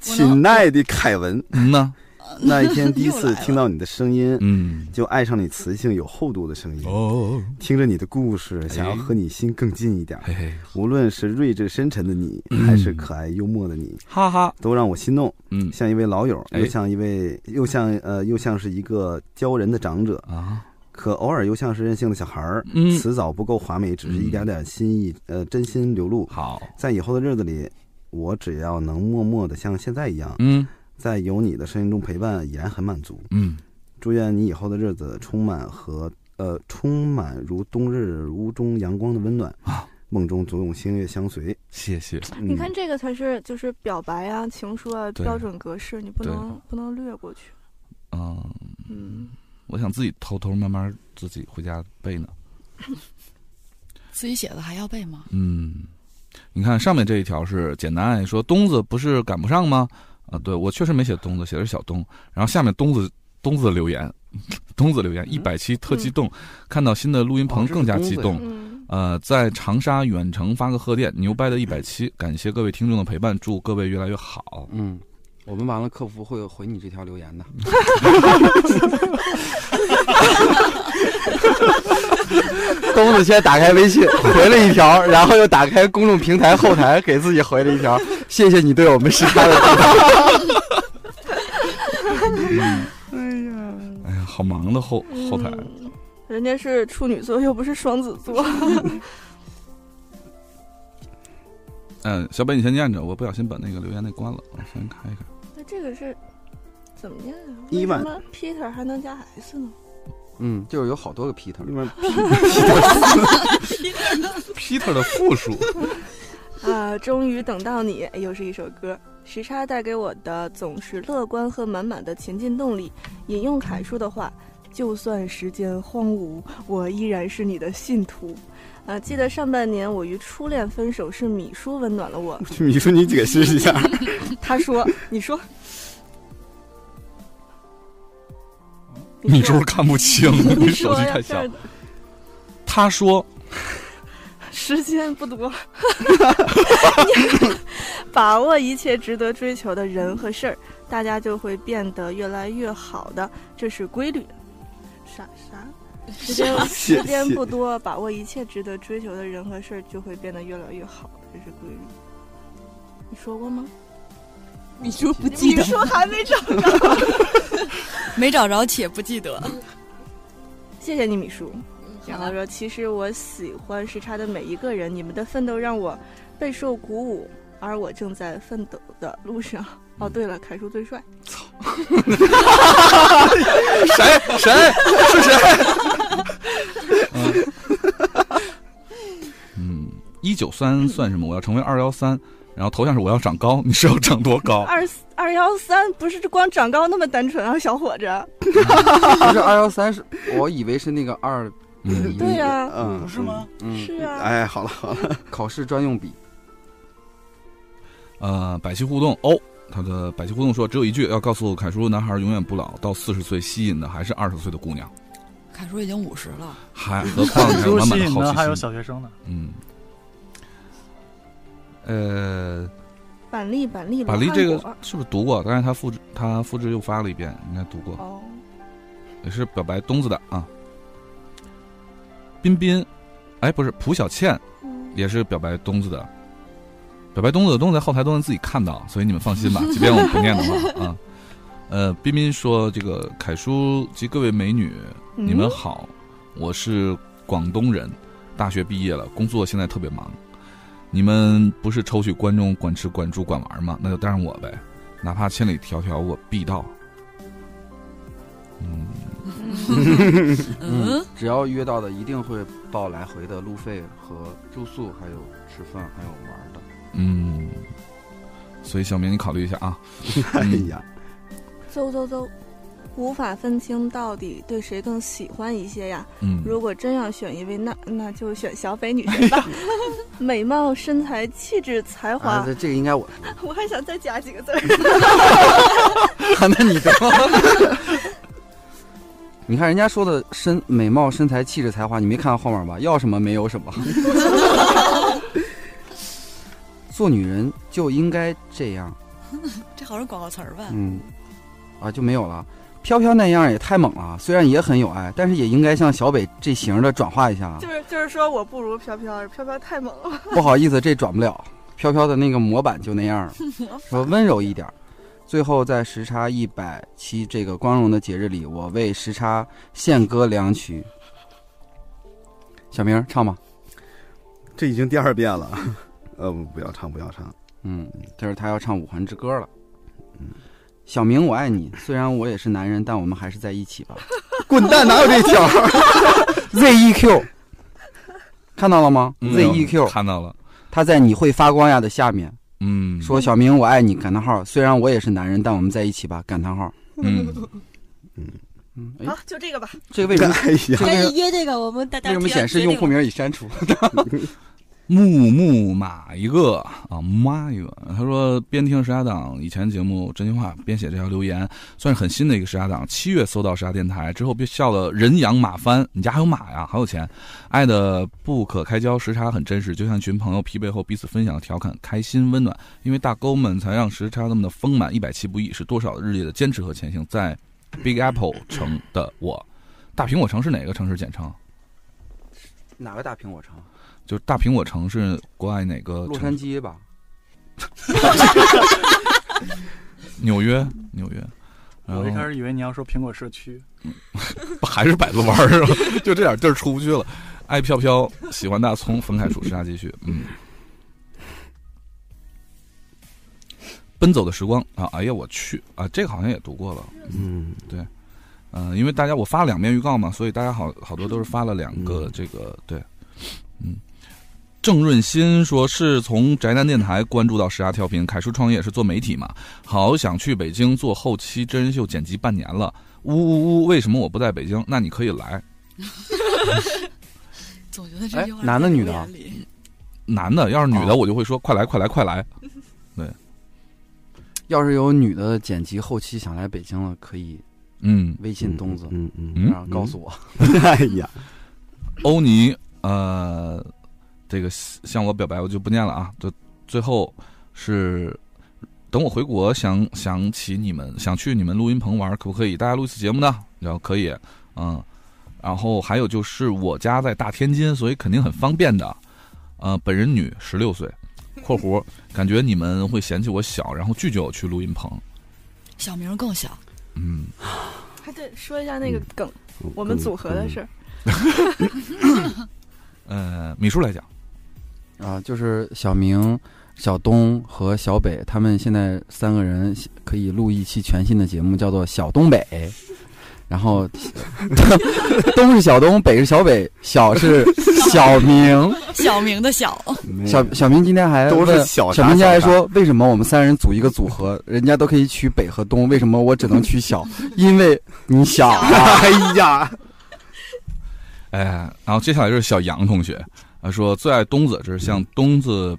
亲爱的凯文，嗯呢，那一天第一次听到你的声音，嗯，就爱上你磁性有厚度的声音，哦，听着你的故事，想要和你心更近一点，嘿嘿，无论是睿智深沉的你，还是可爱幽默的你，嗯哈哈，都让我心动，嗯，像一位老友，哎又像一位，又像呃，又像是一个教人的长者啊。可偶尔又像是任性的小孩儿，嗯辞藻不够华美，只是一点点心意，呃，真心流露。好，在以后的日子里，我只要能默默的像现在一样，嗯，在有你的声音中陪伴，已然很满足。嗯，祝愿你以后的日子充满和呃充满如冬日屋中阳光的温暖，梦中总有星月相随。啊嗯谢谢。你 [laughs] 看这个才是就是表白啊、情书啊对标准格式，你不对能不能略过去。嗯，嗯，我想自己偷偷慢慢自己回家背呢。自己写的还要背吗？嗯，你看上面这一条是简单爱说东子不是赶不上吗？啊，对我确实没写东子，写的是小东。然后下面东子东子留言，东子留言一百期特激动，看到新的录音棚更加激动。呃，在长沙远程发个贺电，牛掰的一百期，感谢各位听众的陪伴，祝各位越来越好。嗯，我们完了，客服会回你这条留言的。 [laughs] [laughs] 东子先打开微信回了一条，然后又打开公众平台后台给自己回了一条：“谢谢你对我们时差的 [laughs] 陪伴。嗯哎呀，好忙的后嗯后台。嗯人家是处女座，又不是双子 [laughs] 座。嗯，小北你先念着，我不小心把那个留言那关了，我先看一看。那这个是怎么念啊？伊为万什么 Peter 还能加 S 呢？嗯，就是有好多个 Peter。 [laughs] Peter 的复数。啊，终于等到你，哎又是一首歌。时差带给我的总是乐观和满满的前进动力。引用凯叔的话：“就算时间荒芜，我依然是你的信徒。”啊，记得上半年我与初恋分手，是米叔温暖了 [laughs] 我。米叔，你解释一下。他说：“你 [laughs] 说。” [laughs] 米叔看 [laughs] 不清，你手机太小。他说。时间不 [laughs] 多，把握一切值得追求的人和事儿，大家就会变得越来越好的，这是规律。啥啥？时间时间不多，把握一切值得追求的人和事儿就会变得越来越好，这是规律。你说过吗？你说不记得？你说还没找着，没找着且不记得。谢谢你，米叔。然后说，其实我喜欢时差的每一个人，你们的奋斗让我备受鼓舞，而我正在奋斗的路上。哦，对了，凯叔最帅。操！ [laughs] 谁谁是谁？嗯，一九三算什么？我要成为二幺三，然后头像是我要长高，你是要长多高？ [laughs] [laughs] 二二幺三不是光长高那么单纯啊，小伙子。不是二幺三，是我以为是那个二。嗯，对呀、嗯，不是吗？嗯，是啊。哎，好了好 [laughs] 了，考试专用笔。呃，百期互动哦，他的百期互动说只有一句，要告诉凯叔，男孩永远不老，到四十岁吸引的还是二十岁的姑娘。凯叔已经五十了，还何况还有满满的好奇心，还 [laughs] 有小学生呢。嗯，呃，板栗板栗板栗这个是不是读过？刚才他复制他复制又发了一遍，应该读过。哦，也是表白东子的啊。彬彬，哎，不是蒲小倩，也是表白东子的。表白东子的东子在后台都能自己看到，所以你们放心吧。即便我们不念的话啊，呃，彬彬说：“这个凯叔及各位美女，你们好，我是广东人，大学毕业了，工作现在特别忙。你们不是抽取观众管吃管住管玩吗？那就带上我呗，哪怕千里迢迢我必到。”嗯。嗯，只要约到的，一定会报来回的路费和住宿，还有吃饭，还有玩的。嗯，所以小明，你考虑一下啊。 [laughs] 哎呀，走走走，无法分清到底对谁更喜欢一些呀。嗯，如果真要选一位，那那就选小北女神 [laughs] 吧。美貌、身材、气质、才华，啊、这个应该我。 [laughs] 我还想再加几个字 [laughs] 儿。那你的。你看人家说的身美貌、身材、气质、才华，你没看到后面吧？要什么没有什么。 [laughs] 做女人就应该这样。这好像广告词儿吧？嗯，啊就没有了。飘飘那样也太猛了，虽然也很有爱，但是也应该像小北这型的转化一下。就是就是说我不如飘飘，飘飘太猛了。不好意思，这转不了。飘飘的那个模板就那样了，说温柔一点。最后，在时差一百期这个光荣的节日里，我为时差献歌两曲。小明唱吧，这已经第二遍了。呃，不要唱，不要唱。嗯，这是他要唱《五环之歌》了。嗯，小明，我爱你。虽然我也是男人，但我们还是在一起吧。 [laughs] 滚蛋，哪有这条？Z E Q，看到了吗、嗯、 ？Z E Q，看到了。他在你会发光呀的下面。嗯，说小明我爱你感叹号，虽然我也是男人，但我们在一起吧感叹号。嗯嗯嗯，哎、好、啊，就这个吧。这个为什么？哎呀，可以约这个，我们大家为什么显示用户名已删除？ [laughs] 木木马一个啊，妈一个。他说边听时差党以前节目真心话，边写这条留言，算是很新的一个时差党。七月搜到时差电台之后，被笑了人仰马翻。你家还有马呀？好有钱，爱的不可开交。时差很真实，就像一群朋友疲惫后彼此分享的调侃，开心温暖。因为大沟们才让时差那么的丰满。一百期不易，是多少日夜的坚持和前行。在 Big Apple 城的我，大苹果城是哪个城市简称？哪个大苹果城？就是大苹果城是国外哪个？洛杉矶吧。纽约，纽约。我一开始以为你要说苹果社区，嗯、还是百度玩是吧？ [laughs] 就这点地儿出不去了。爱飘飘，喜欢大葱，分开数时差继续。嗯。奔走的时光啊，哎呀我去啊，这个好像也读过了。嗯，对。嗯、因为大家我发了两遍预告嘛，所以大家好好多都是发了两个这个、对，嗯。郑润新说是从宅男电台关注到时下调频，凯叔创业是做媒体嘛，好想去北京做后期真人秀剪辑半年了，呜呜呜，为什么我不在北京？那你可以来， [laughs] 总觉得这句话男的女的在啊我眼里男的要是女的我就会说快来快来快 [laughs] 来， [laughs] 要是有女的剪辑后期想来北京了，可以嗯微信东子，嗯嗯嗯然后告诉我。 [laughs] 哎呀，欧尼，呃，这个向我表白我就不念了啊。就最后是等我回国想想起你们，想去你们录音棚玩，可不可以？大家录一次节目呢？然后可以，嗯。然后还有就是我家在大天津，所以肯定很方便的。呃，本人女，十六岁（括弧），感觉你们会嫌弃我小，然后拒绝我去录音棚。小名更小，嗯，还得说一下那个梗嗯，我们组合的事儿。嗯呃，米叔来讲，啊，就是小明、小东和小北，他们现在三个人可以录一期全新的节目，叫做《小东北》。然后， [laughs] 东是小东，北是小北，小是小明。小明的小，小小明今天还嗯都是问小啥小明今天还小啥说，为什么我们三人组一个组合，人家都可以取北和东，为什么我只能取小？因为你小啊！哎呀，哎，然后接下来就是小杨同学，啊，说最爱东子，这是向东子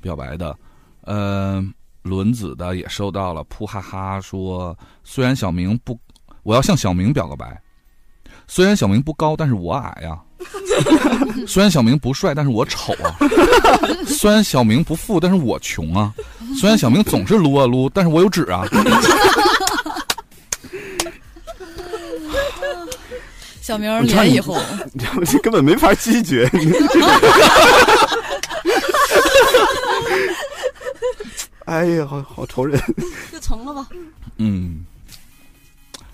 表白的。呃，轮子的也收到了，噗哈哈说，虽然小明不，我要向小明表个白。虽然小明不高，但是我矮呀、 [laughs] 虽然小明不帅，但是我丑啊。 [laughs] 虽然小明不富，但是我穷啊。虽然小明总是撸啊撸，但是我有纸啊。小明你看脸你一红， [laughs] 这根本没法拒绝。 [laughs] 你这种哎呀，好 [laughs] 好愁人。 [laughs] 就成了吧。嗯，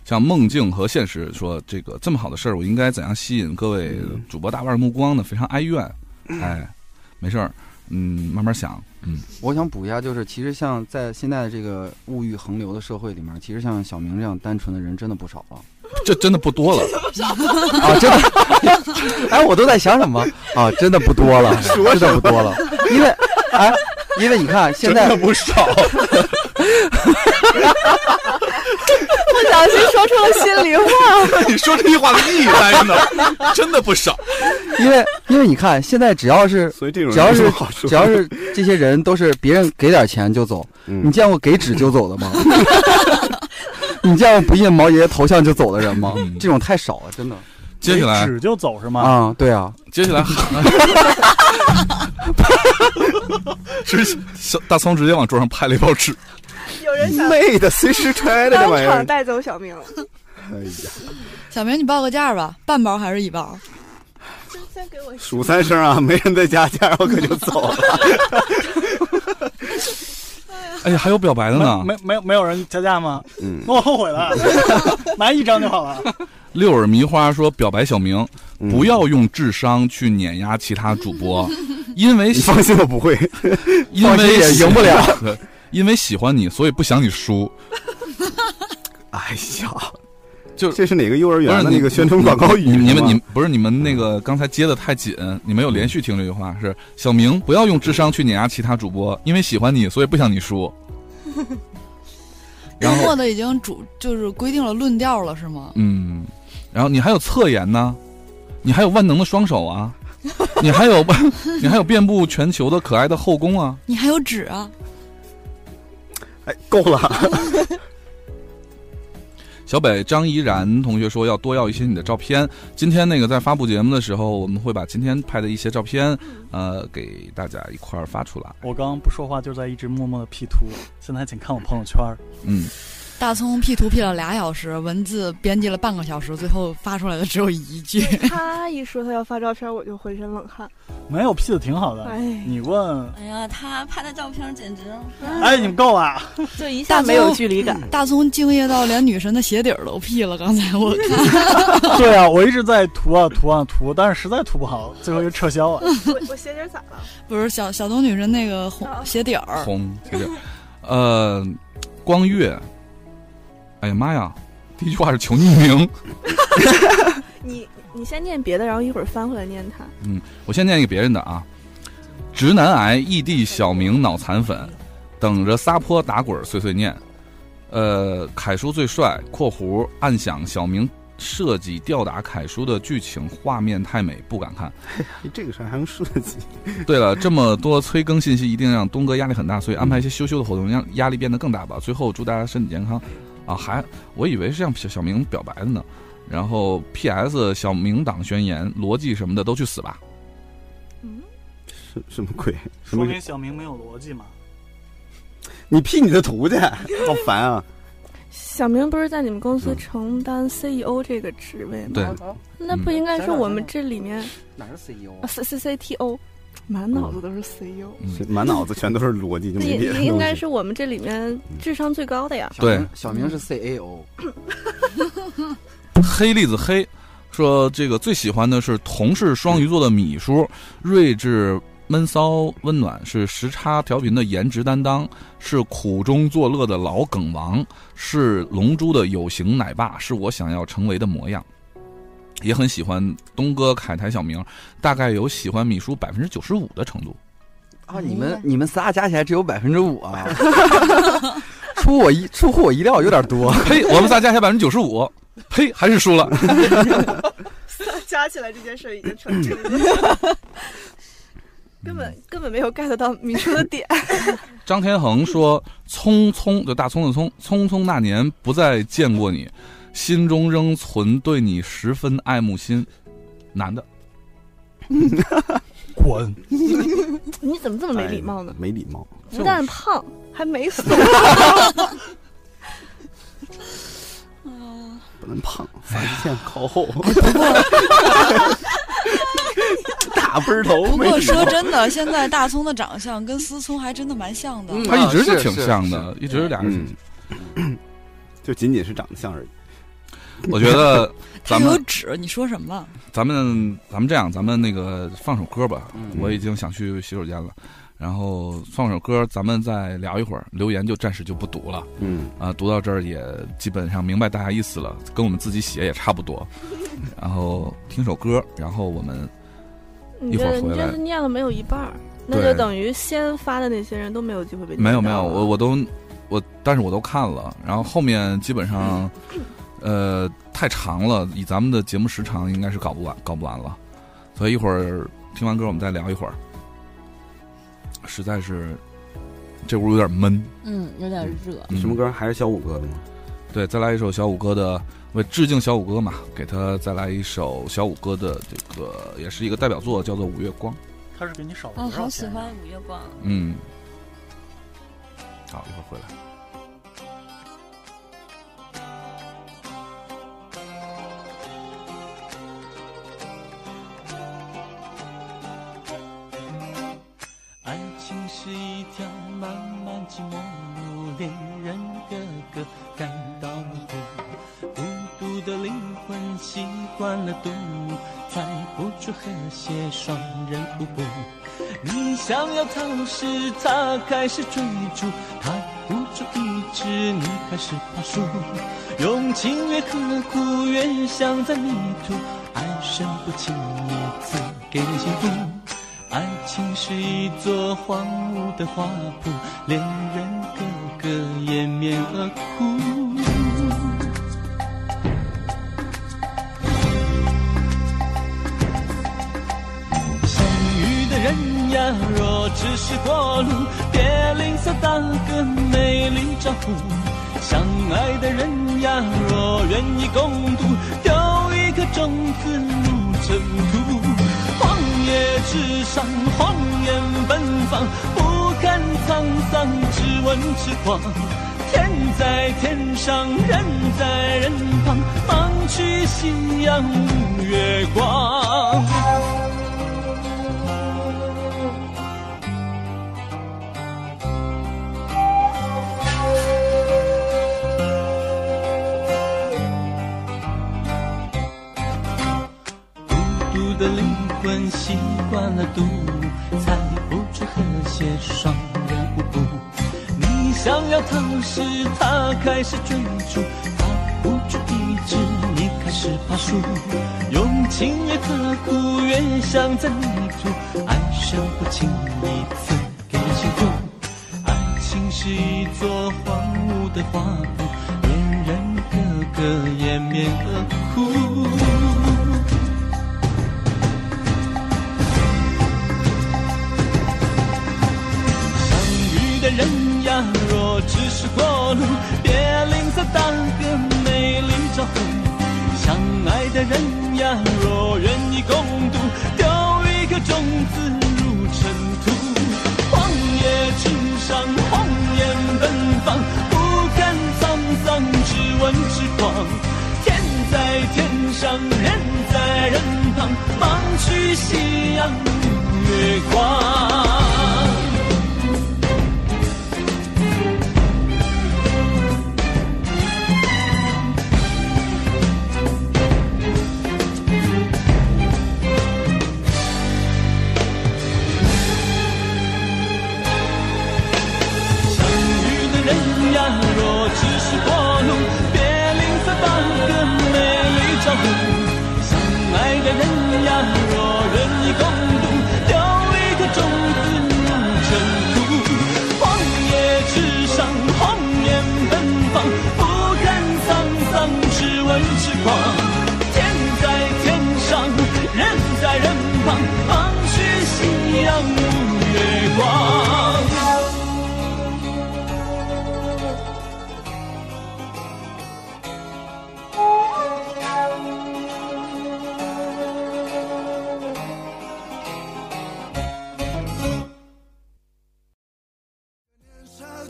像梦境和现实说这个这么好的事儿，我应该怎样吸引各位主播大腕儿目光呢？非常哀怨，哎，没事儿，嗯，慢慢想，嗯，我想补一下，就是其实像在现在的这个物欲横流的社会里面，其实像小明这样单纯的人真的不少 [laughs] 了。这真的不多了啊，真的， [laughs] 哎，我都在想什么啊，真的不多了，说真什的么不多了，因为哎，因为你看现在真的不少哎不小心说出了心里话。 [laughs] 你说这句话的意义在哪？真的不少。 [laughs] 因为因为你看，现在只要是，所以这种人只要没什是么好说只要是这些人都是别人给点钱就走，嗯你见过给纸就走的吗？ [laughs] 你见过不印毛爷头像就走的人吗？这种太少了，真的。嗯接下来给纸就走是吗？啊，对啊，接下来 [laughs] 直接小大葱直接往桌上拍了一包纸，有人想妹的随时揣着这玩意当儿场带走小明，哎呀，小明你报个价吧，半包还是一包？数三声啊，没人再加价，我可就走了。哎呀，还有表白的呢，没没有没有人加价吗？ [laughs] 嗯那我后悔了， [laughs] 拿一张就好了。六耳迷花说：“表白小明，不要用智商去碾压其他主播，因为你放心，我不会， [laughs] 因放心为也喜赢不了。 [laughs] 对因为喜欢你，所以不想你输。哎呀，就这是哪个幼儿不园是的你那个宣传广告语你你们吗你 [laughs] 们不是你们那个刚才接的太紧，你没有连续听这句话。是小明，不要用智商去碾压其他主播，因为喜欢你，所以不想你输。周然后末的已经主就是规定了论调了是吗？嗯，然后你还有侧颜呢，你还有万能的双手啊，你还有 [laughs] 你还有遍布全球的可爱的后宫啊。”你还有纸啊？哎，够了。小北张怡然同学说要多要一些你的照片。今天那个在发布节目的时候，我们会把今天拍的一些照片，呃，给大家一块儿发出来。我刚刚不说话，就在一直默默的 P 图。现在请看我朋友圈儿。嗯，大葱 P 图 P 了俩小时，文字编辑了半个小时，最后发出来的只有一句。 [laughs] 他一说他要发照片，我就浑身冷汗。没有 P 的挺好的。哎你问，哎呀，他拍的照片简直，哎，你们够了。就一下大没有葱距离感。大葱敬业到连女神的鞋底儿都 P 了，刚才我看。 [laughs] 对啊，我一直在涂啊涂啊涂，但是实在涂不好，最后就撤销了。我我鞋底儿咋了？不是小小东女神那个红鞋底儿，红，这个，呃，光月，哎呀妈呀，第一句话是求匿名。你你先念别的，然后一会儿翻回来念它。嗯，我先念一个别人的啊，直男癌异地小明脑残粉，等着撒泼打滚儿碎碎念。呃，凯叔最帅（括弧暗想小明设计吊打凯叔的剧情画面太美，不敢看）。哎这个事儿还用设计？对了，这么多催更信息，一定让东哥压力很大，所以安排一些羞羞的活动，让压力变得更大吧。最后祝大家身体健康。啊，还我以为是让小小明表白的呢。然后 P.S. 小明党宣言、逻辑什么的都去死吧。什什么鬼？什说么？明小明没有逻辑嘛？你 P 你的 [laughs] 图去，好烦啊！小明不是在你们公司承担 CEO 这个职位吗？嗯对那不应该是我们这里面哪是 CEO？啊 C C C T O，满脑子都是 CEO。是满脑子全都是逻辑，就嗯也没别的也应嗯东该西。嗯是我们这里面智商最高的呀。对小明小明是 CAO，黑栗子黑说，这个最喜欢的是同是双鱼座的米叔，睿智闷骚温暖，是时差调频的颜值担当，是苦中作乐的老梗王，是龙珠的有形奶爸，是我想要成为的模样。也很喜欢东哥、凯台、小明，大概有喜欢米叔百分之九十五的程度。啊，你哎们你们仨加起来只有百分之五啊， [laughs] 出我意出乎我意料有点 [laughs] 多。呸，我们仨加起来百分之九十五，呸，还是输 [laughs] 了。 [laughs] 加起来这件事已经 [laughs] 成嗯真了，根本根本没有 get 到明叔的点。 [laughs] 张天恒说：“匆匆，就大葱的葱，匆匆那年不再见过你，心中仍存对你十分爱慕心。”男的，滚！你怎么这么没礼貌呢？没礼貌。不但胖，还没 [laughs] 死。不能胖，哎发际线靠后。 [laughs] 大背儿头。不没礼貌过说真的，现在大葱的长相跟思聪还真的蛮像的。他啊一直就挺像的，一直俩人挺像。嗯就仅仅是长得像而已。我觉得他 [laughs] 咱有们纸，你说什么？咱们咱们这样，咱们那个放首歌吧，我已经想去洗手间了。然后放首歌，咱们再聊一会儿，留言就暂时就不读了。嗯啊，读到这儿也基本上明白大家意思了，跟我们自己写也差不多。然后听首歌，然后我们你一会这儿你回这来次。念了没有一半儿，那对就等于先发的那些人都没有机会被念没有没有，到了我我都我，但是我都看了，然后后面基本上，呃，太长了，以咱们的节目时长，应该是搞不完，搞不完了。所以一会儿听完歌，我们再聊一会儿。实在是，这屋有点闷。嗯，有点热。嗯什么歌？还是小五哥的吗？对，再来一首小五哥的，为致敬小五哥嘛，给他再来一首小五哥的这个，也是一个代表作，叫做《五月光》。他是给你少了哦，啊多少好钱喜呀？欢五月光。嗯，好，一会儿回来。爱情是一条漫漫寂寞路，恋人个个感到迷途，孤独的灵魂习惯了独舞，猜不出和谐，双人舞步。你想要逃时，他开始追逐，他孤注一掷，你开始怕输，用情越刻苦，越像在迷途，爱深不轻易赐给你幸福。爱情是一座荒芜的花圃，恋人个个掩面而哭。相遇的人呀，若只是过路，别吝啬大个美丽招呼。相爱的人呀，若愿意共度，丢一颗种子入尘土。荒野之上，荒言奔放，不堪沧桑，只问痴狂。天在天上，人在人旁，忙去信仰五月光。孤独的灵魂习惯了独舞，猜不出和谐双人舞步。你想要逃时，他开始追逐，他孤注一处，用情越刻苦越想赞助，爱上不轻易赐给幸福。爱情是一座荒芜的花圃，恋人个个掩面而哭。相遇的人呀，若只是过路，别吝啬大哥美丽照顾。相爱的人呀，若愿意共度，丢一颗种子入尘土。荒野之上，荒烟奔放，不堪沧桑，只问痴狂。天在天上，人在人旁，忙去夕阳与月光。相遇的人呀，若只是过路，别吝啬当个美丽照顾。相爱的人呀，若愿意共度，丢一颗种子入尘土。荒野之上，荒烟奔放，不堪沧桑，只问痴狂。天在天上，人在人旁，忙去夕阳无月光。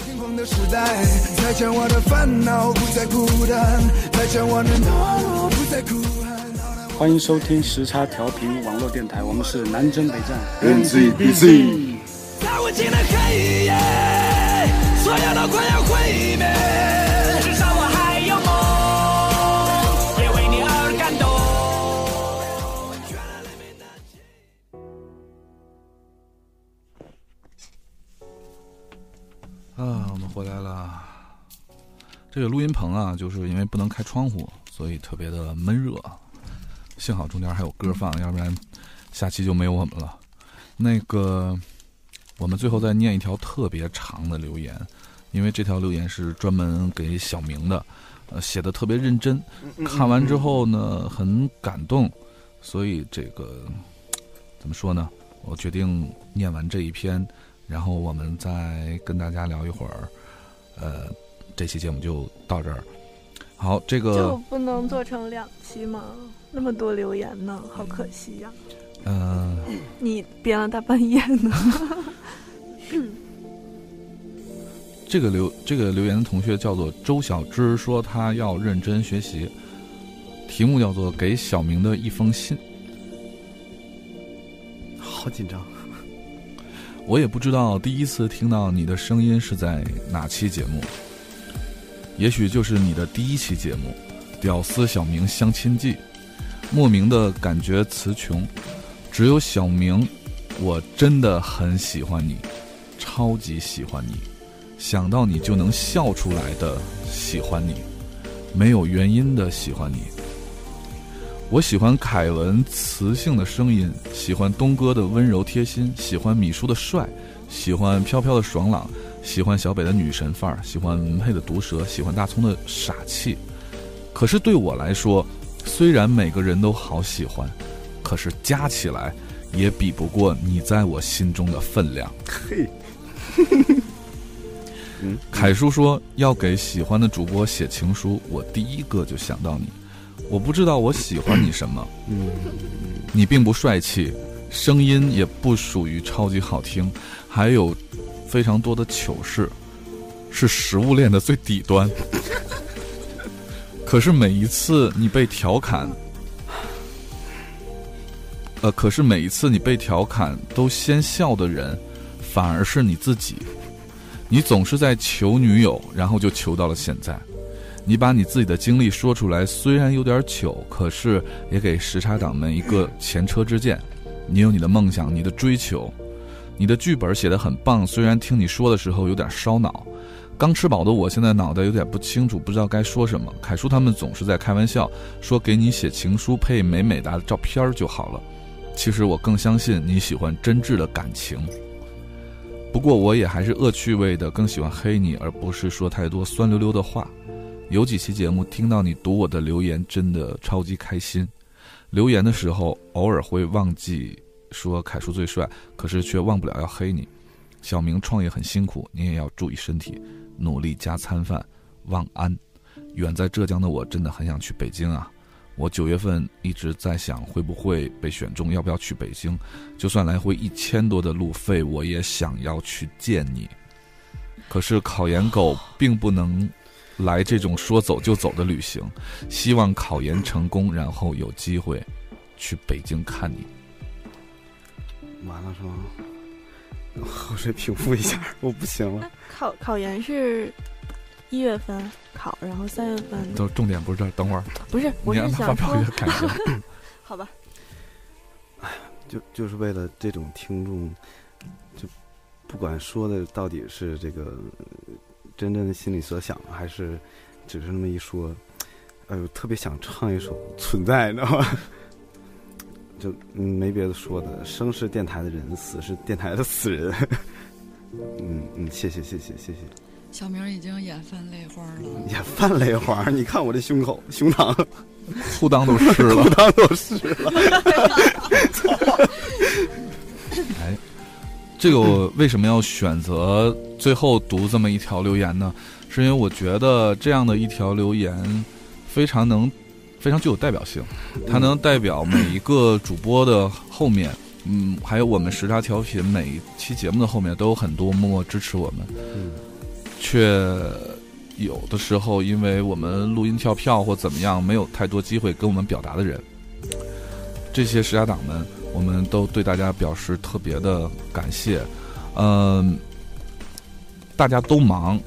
轻狂的时代，再见我的烦恼，不再孤单，再见我的懦弱，不再哭喊。欢迎收听时差调频网络电台，我们是南征北战 NZBC 在无尽的黑夜，所有都快要毁灭，至少我还有梦，也为你而感动。啊，我们回来了。这个录音棚啊，就是因为不能开窗户，所以特别的闷热。啊幸好中间还有歌放，要不然下期就没有我们了。那个，我们最后再念一条特别长的留言，因为这条留言是专门给小明的，呃，写的特别认真嗯嗯。看完之后呢，很感动，所以这个怎么说呢？我决定念完这一篇，然后我们再跟大家聊一会儿。呃，这期节目就到这儿。好，这就个不能做成两期吗？那么多留言呢，好可惜呀、嗯、你编了大半夜呢， [laughs] 嗯这个留这个留言的同学叫做周小芝，说他要认真学习，题目叫做《给小明的一封信》。好紧张。我也不知道第一次听到你的声音是在哪期节目，也许就是你的第一期节目《屌丝小明相亲记》，莫名的感觉词穷，只有小明，我真的很喜欢你，超级喜欢你，想到你就能笑出来的喜欢你，没有原因的喜欢你。我喜欢凯文磁性的声音，喜欢东哥的温柔贴心，喜欢米叔的帅，喜欢飘飘的爽朗，喜欢小北的女神范儿，喜欢文佩的毒舌，喜欢大葱的傻气。可是对我来说，虽然每个人都好喜欢，可是加起来也比不过你在我心中的分量。嘿，嗯，凯叔说要给喜欢的主播写情书，我第一个就想到你。我不知道我喜欢你什么，嗯，你并不帅气，声音也不属于超级好听，还有非常多的糗事，是食物链的最底端。 [laughs] 可是每一次你被调侃，呃，可是每一次你被调侃都先笑的人，反而是你自己。你总是在求女友，然后就求到了现在。你把你自己的经历说出来，虽然有点糗，可是也给时差党们一个前车之鉴。你有你的梦想，你的追求，你的剧本写得很棒，虽然听你说的时候有点烧脑，刚吃饱的我现在脑袋有点不清楚，不知道该说什么。凯叔他们总是在开玩笑说给你写情书配美美哒的照片儿就好了。其实我更相信你喜欢真挚的感情。不过我也还是恶趣味的，更喜欢黑你，而不是说太多酸溜溜的话。有几期节目听到你读我的留言，真的超级开心。留言的时候偶尔会忘记说凯叔最帅，可是却忘不了要黑你。小明创业很辛苦，你也要注意身体，努力加餐饭，望安。远在浙江的我真的很想去北京啊！我九月份一直在想会不会被选中，要不要去北京？就算来回一千多的路费，我也想要去见你。可是考研狗并不能来这种说走就走的旅行，希望考研成功，然后有机会去北京看你。完了是吗？我口 [laughs] 水平复一下，我不行了。考考研是一月份考，然后三月份都重点不是这儿，等会儿不是，我你是让他发想表一下感说情。， [laughs] 好吧，就就是为了这种听众，就不管说的到底是这个呃真正的心里所想的，还是只是那么一说，哎呦，特别想唱一首《存在》，你知道吗？ [laughs] 就嗯没别的说的，生是电台的人，死是电台的死人。嗯嗯，谢谢谢谢谢谢，小明已经眼泛泪花了。眼泛泪花，你看我这胸口、胸膛、裤裆都湿了裤裆都湿 [laughs] 了。哎，这个我为什么要选择最后读这么一条留言呢？是因为我觉得这样的一条留言非常能，非常具有代表性，它能代表每一个主播的后面。嗯，还有我们时差调频每一期节目的后面都有很多默默支持我们，却有的时候因为我们录音跳票或怎么样，没有太多机会跟我们表达的人，这些时家党们，我们都对大家表示特别的感谢。嗯、大家都忙，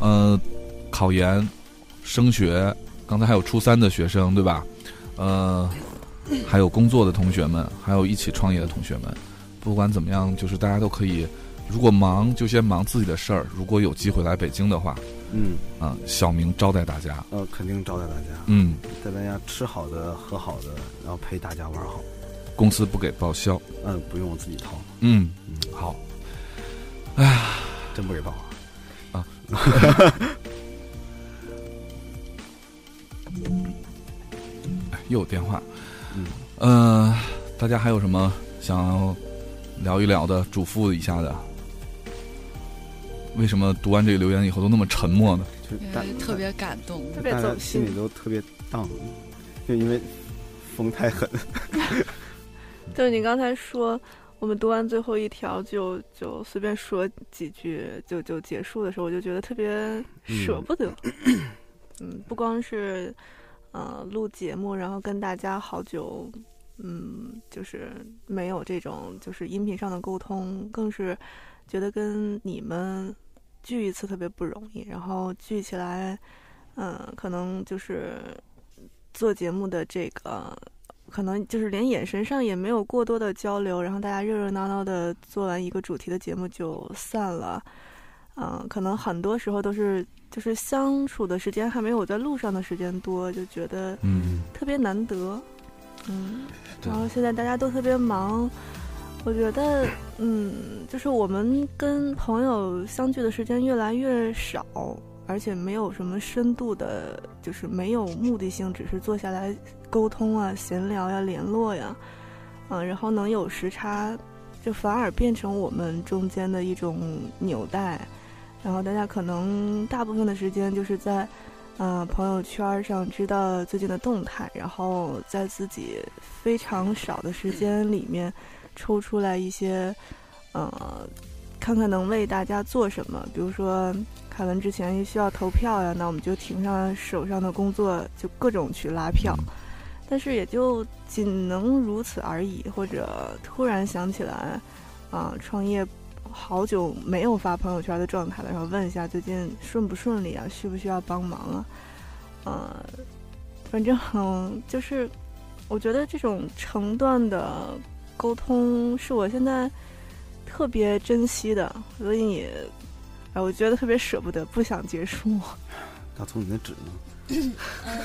呃，考研、升学，刚才还有初三的学生，对吧？呃，还有工作的同学们，还有一起创业的同学们，不管怎么样，就是大家都可以，如果忙就先忙自己的事儿，如果有机会来北京的话，嗯啊、小明招待大家，呃，肯定招待大家，嗯，带大家吃好的、喝好的，然后陪大家玩好。公司不给报销，嗯，不用我自己掏，嗯，好，哎呀，真不给报啊！哎又有电话，嗯，呃，大家还有什么想要聊一聊的、嘱咐一下的？为什么读完这个留言以后都那么沉默呢？就因大为特别感动，大家心里都特别荡，就因为风 [laughs] 太狠。就是你刚才说，我们读完最后一条就就随便说几句就就结束的时候，我就觉得特别舍不得。嗯，不光是呃录节目，然后跟大家好久，嗯，就是没有这种就是音频上的沟通，更是觉得跟你们聚一次特别不容易，然后聚起来，嗯、可能就是做节目的这个。可能就是连眼神上也没有过多的交流，然后大家热热闹闹的做完一个主题的节目就散了。嗯、可能很多时候都是就是相处的时间还没有在路上的时间多，就觉得嗯特别难得。嗯，然后现在大家都特别忙，我觉得嗯，就是我们跟朋友相聚的时间越来越少。而且没有什么深度的，就是没有目的性，只是坐下来沟通啊、闲聊呀、联络呀，嗯，然后能有时差，就反而变成我们中间的一种纽带。然后大家可能大部分的时间就是在，呃，朋友圈上知道最近的动态，然后在自己非常少的时间里面抽出来一些，呃，看看能为大家做什么。比如说，凯文之前需要投票呀，那我们就停上手上的工作，就各种去拉票。但是也就仅能如此而已，或者突然想起来，啊、创业好久没有发朋友圈的状态了，然后问一下最近顺不顺利啊，需不需要帮忙啊，呃，反正、 [laughs] 嗯就是我觉得这种成段的沟通是我现在特别珍惜的，所以哎，我觉得特别舍不得，不想结束。 [laughs] 大葱，你的纸呢？哎呀，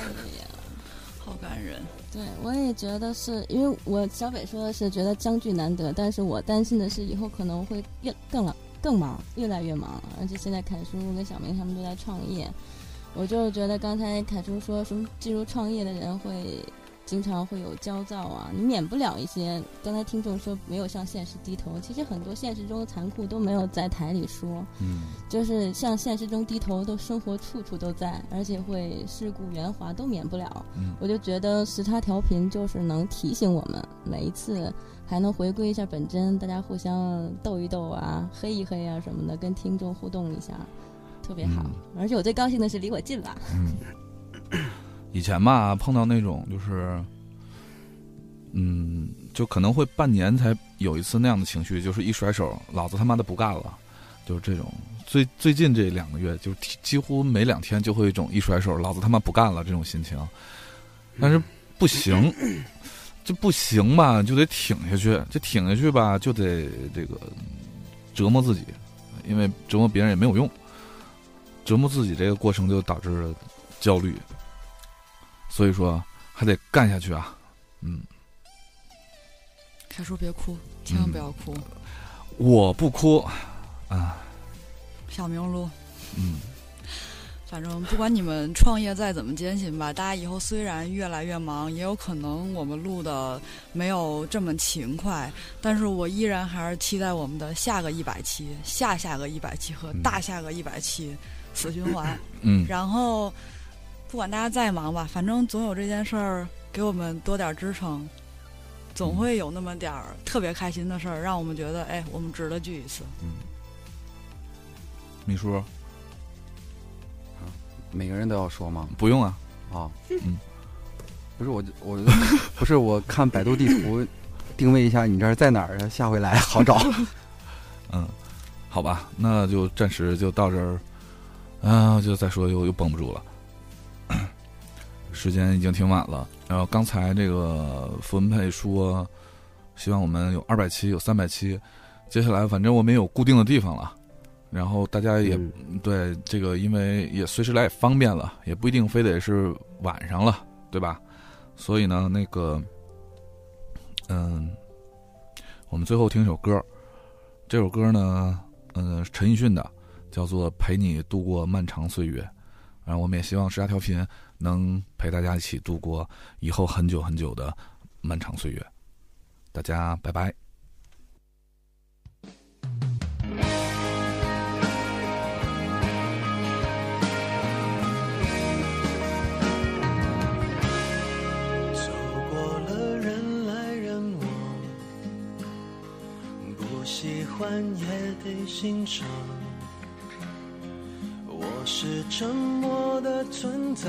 好感人。对，我也觉得是因为我小北说的是觉得将剧难得，但是我担心的是以后可能会越更了更忙，越来越忙，而且现在凯叔跟小明他们都在创业，我就是觉得刚才凯叔说什么进入创业的人会经常会有焦躁啊，你免不了一些。刚才听众说没有向现实低头，其实很多现实中的残酷都没有在台里说，嗯，就是向现实中低头，都生活处处都在，而且会世故圆滑都免不了。嗯我就觉得时差调频就是能提醒我们，每一次还能回归一下本真，大家互相斗一斗啊，黑一黑啊什么的，跟听众互动一下，特别好。而且我最高兴的是离我近了，嗯，以前吧碰到那种就是，嗯，就可能会半年才有一次那样的情绪，就是一甩手，老子他妈的不干了，就是这种。最最近这两个月，就是几几乎每两天就会有一种一甩手，老子他妈不干了这种心情，但是不行，这不行吧，就得挺下去，这挺下去吧，就得这个嗯折磨自己，因为折磨别人也没有用，折磨自己这个过程就导致了焦虑，所以说还得干下去啊。嗯，凯叔别哭，千万不要哭。我不哭啊，小明路，嗯，反正不管你们创业再怎么艰辛吧，大家以后虽然越来越忙，也有可能我们录的没有这么勤快，但是我依然还是期待我们的下个一百期、下下个一百期和大下个一百期死循环。嗯然后不管大家再忙吧，反正总有这件事儿给我们多点儿支撑，总会有那么点儿特别开心的事儿，让我们觉得哎，我们值得聚一次。秘书啊每个人都要说吗？不用啊。哦，嗯，不是我，我不是我看百度地图定位一下你这儿在哪儿啊，下回来好找。嗯，好吧，那就暂时就到这儿，啊，就再说又又绷不住了， [clears throat] 时间已经挺晚了。然后刚才这个付文佩说，希望我们有二百期，有三百期，接下来反正我们也有固定的地方了。然后大家也、对这个，因为也随时来也方便了，也不一定非得是晚上了，对吧？所以呢，那个，嗯，我们最后听一首歌，这首歌呢，嗯、陈奕迅的，叫做《陪你度过漫长岁月》。然后我们也希望时差调频能陪大家一起度过以后很久很久的漫长岁月。大家拜拜。走过了人来人往，不喜欢也得欣赏。我是沉默的存在，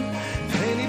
陪你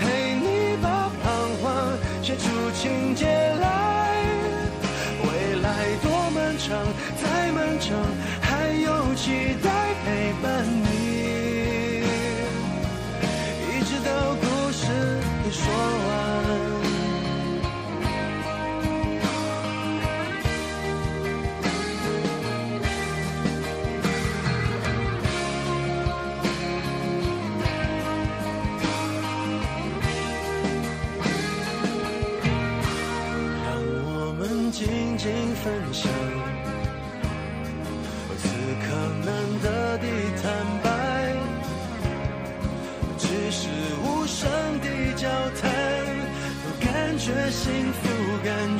陪你把彷徨写出情节来。未来多漫长，再漫长，还有期待陪伴你，一直到故事已说完。我们静静分享，此刻难得的坦白，只是无声的交谈，都感觉幸福，感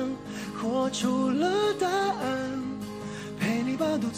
活出了答案，陪你把独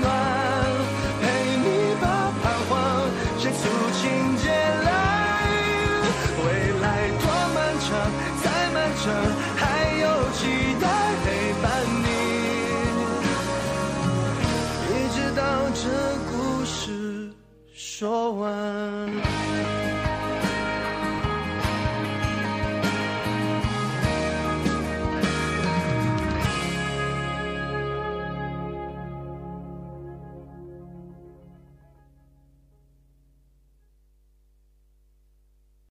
暖，陪你把彷徨写出情节来。未来多漫长，再漫长，还有期待陪伴你，一直到这故事说完。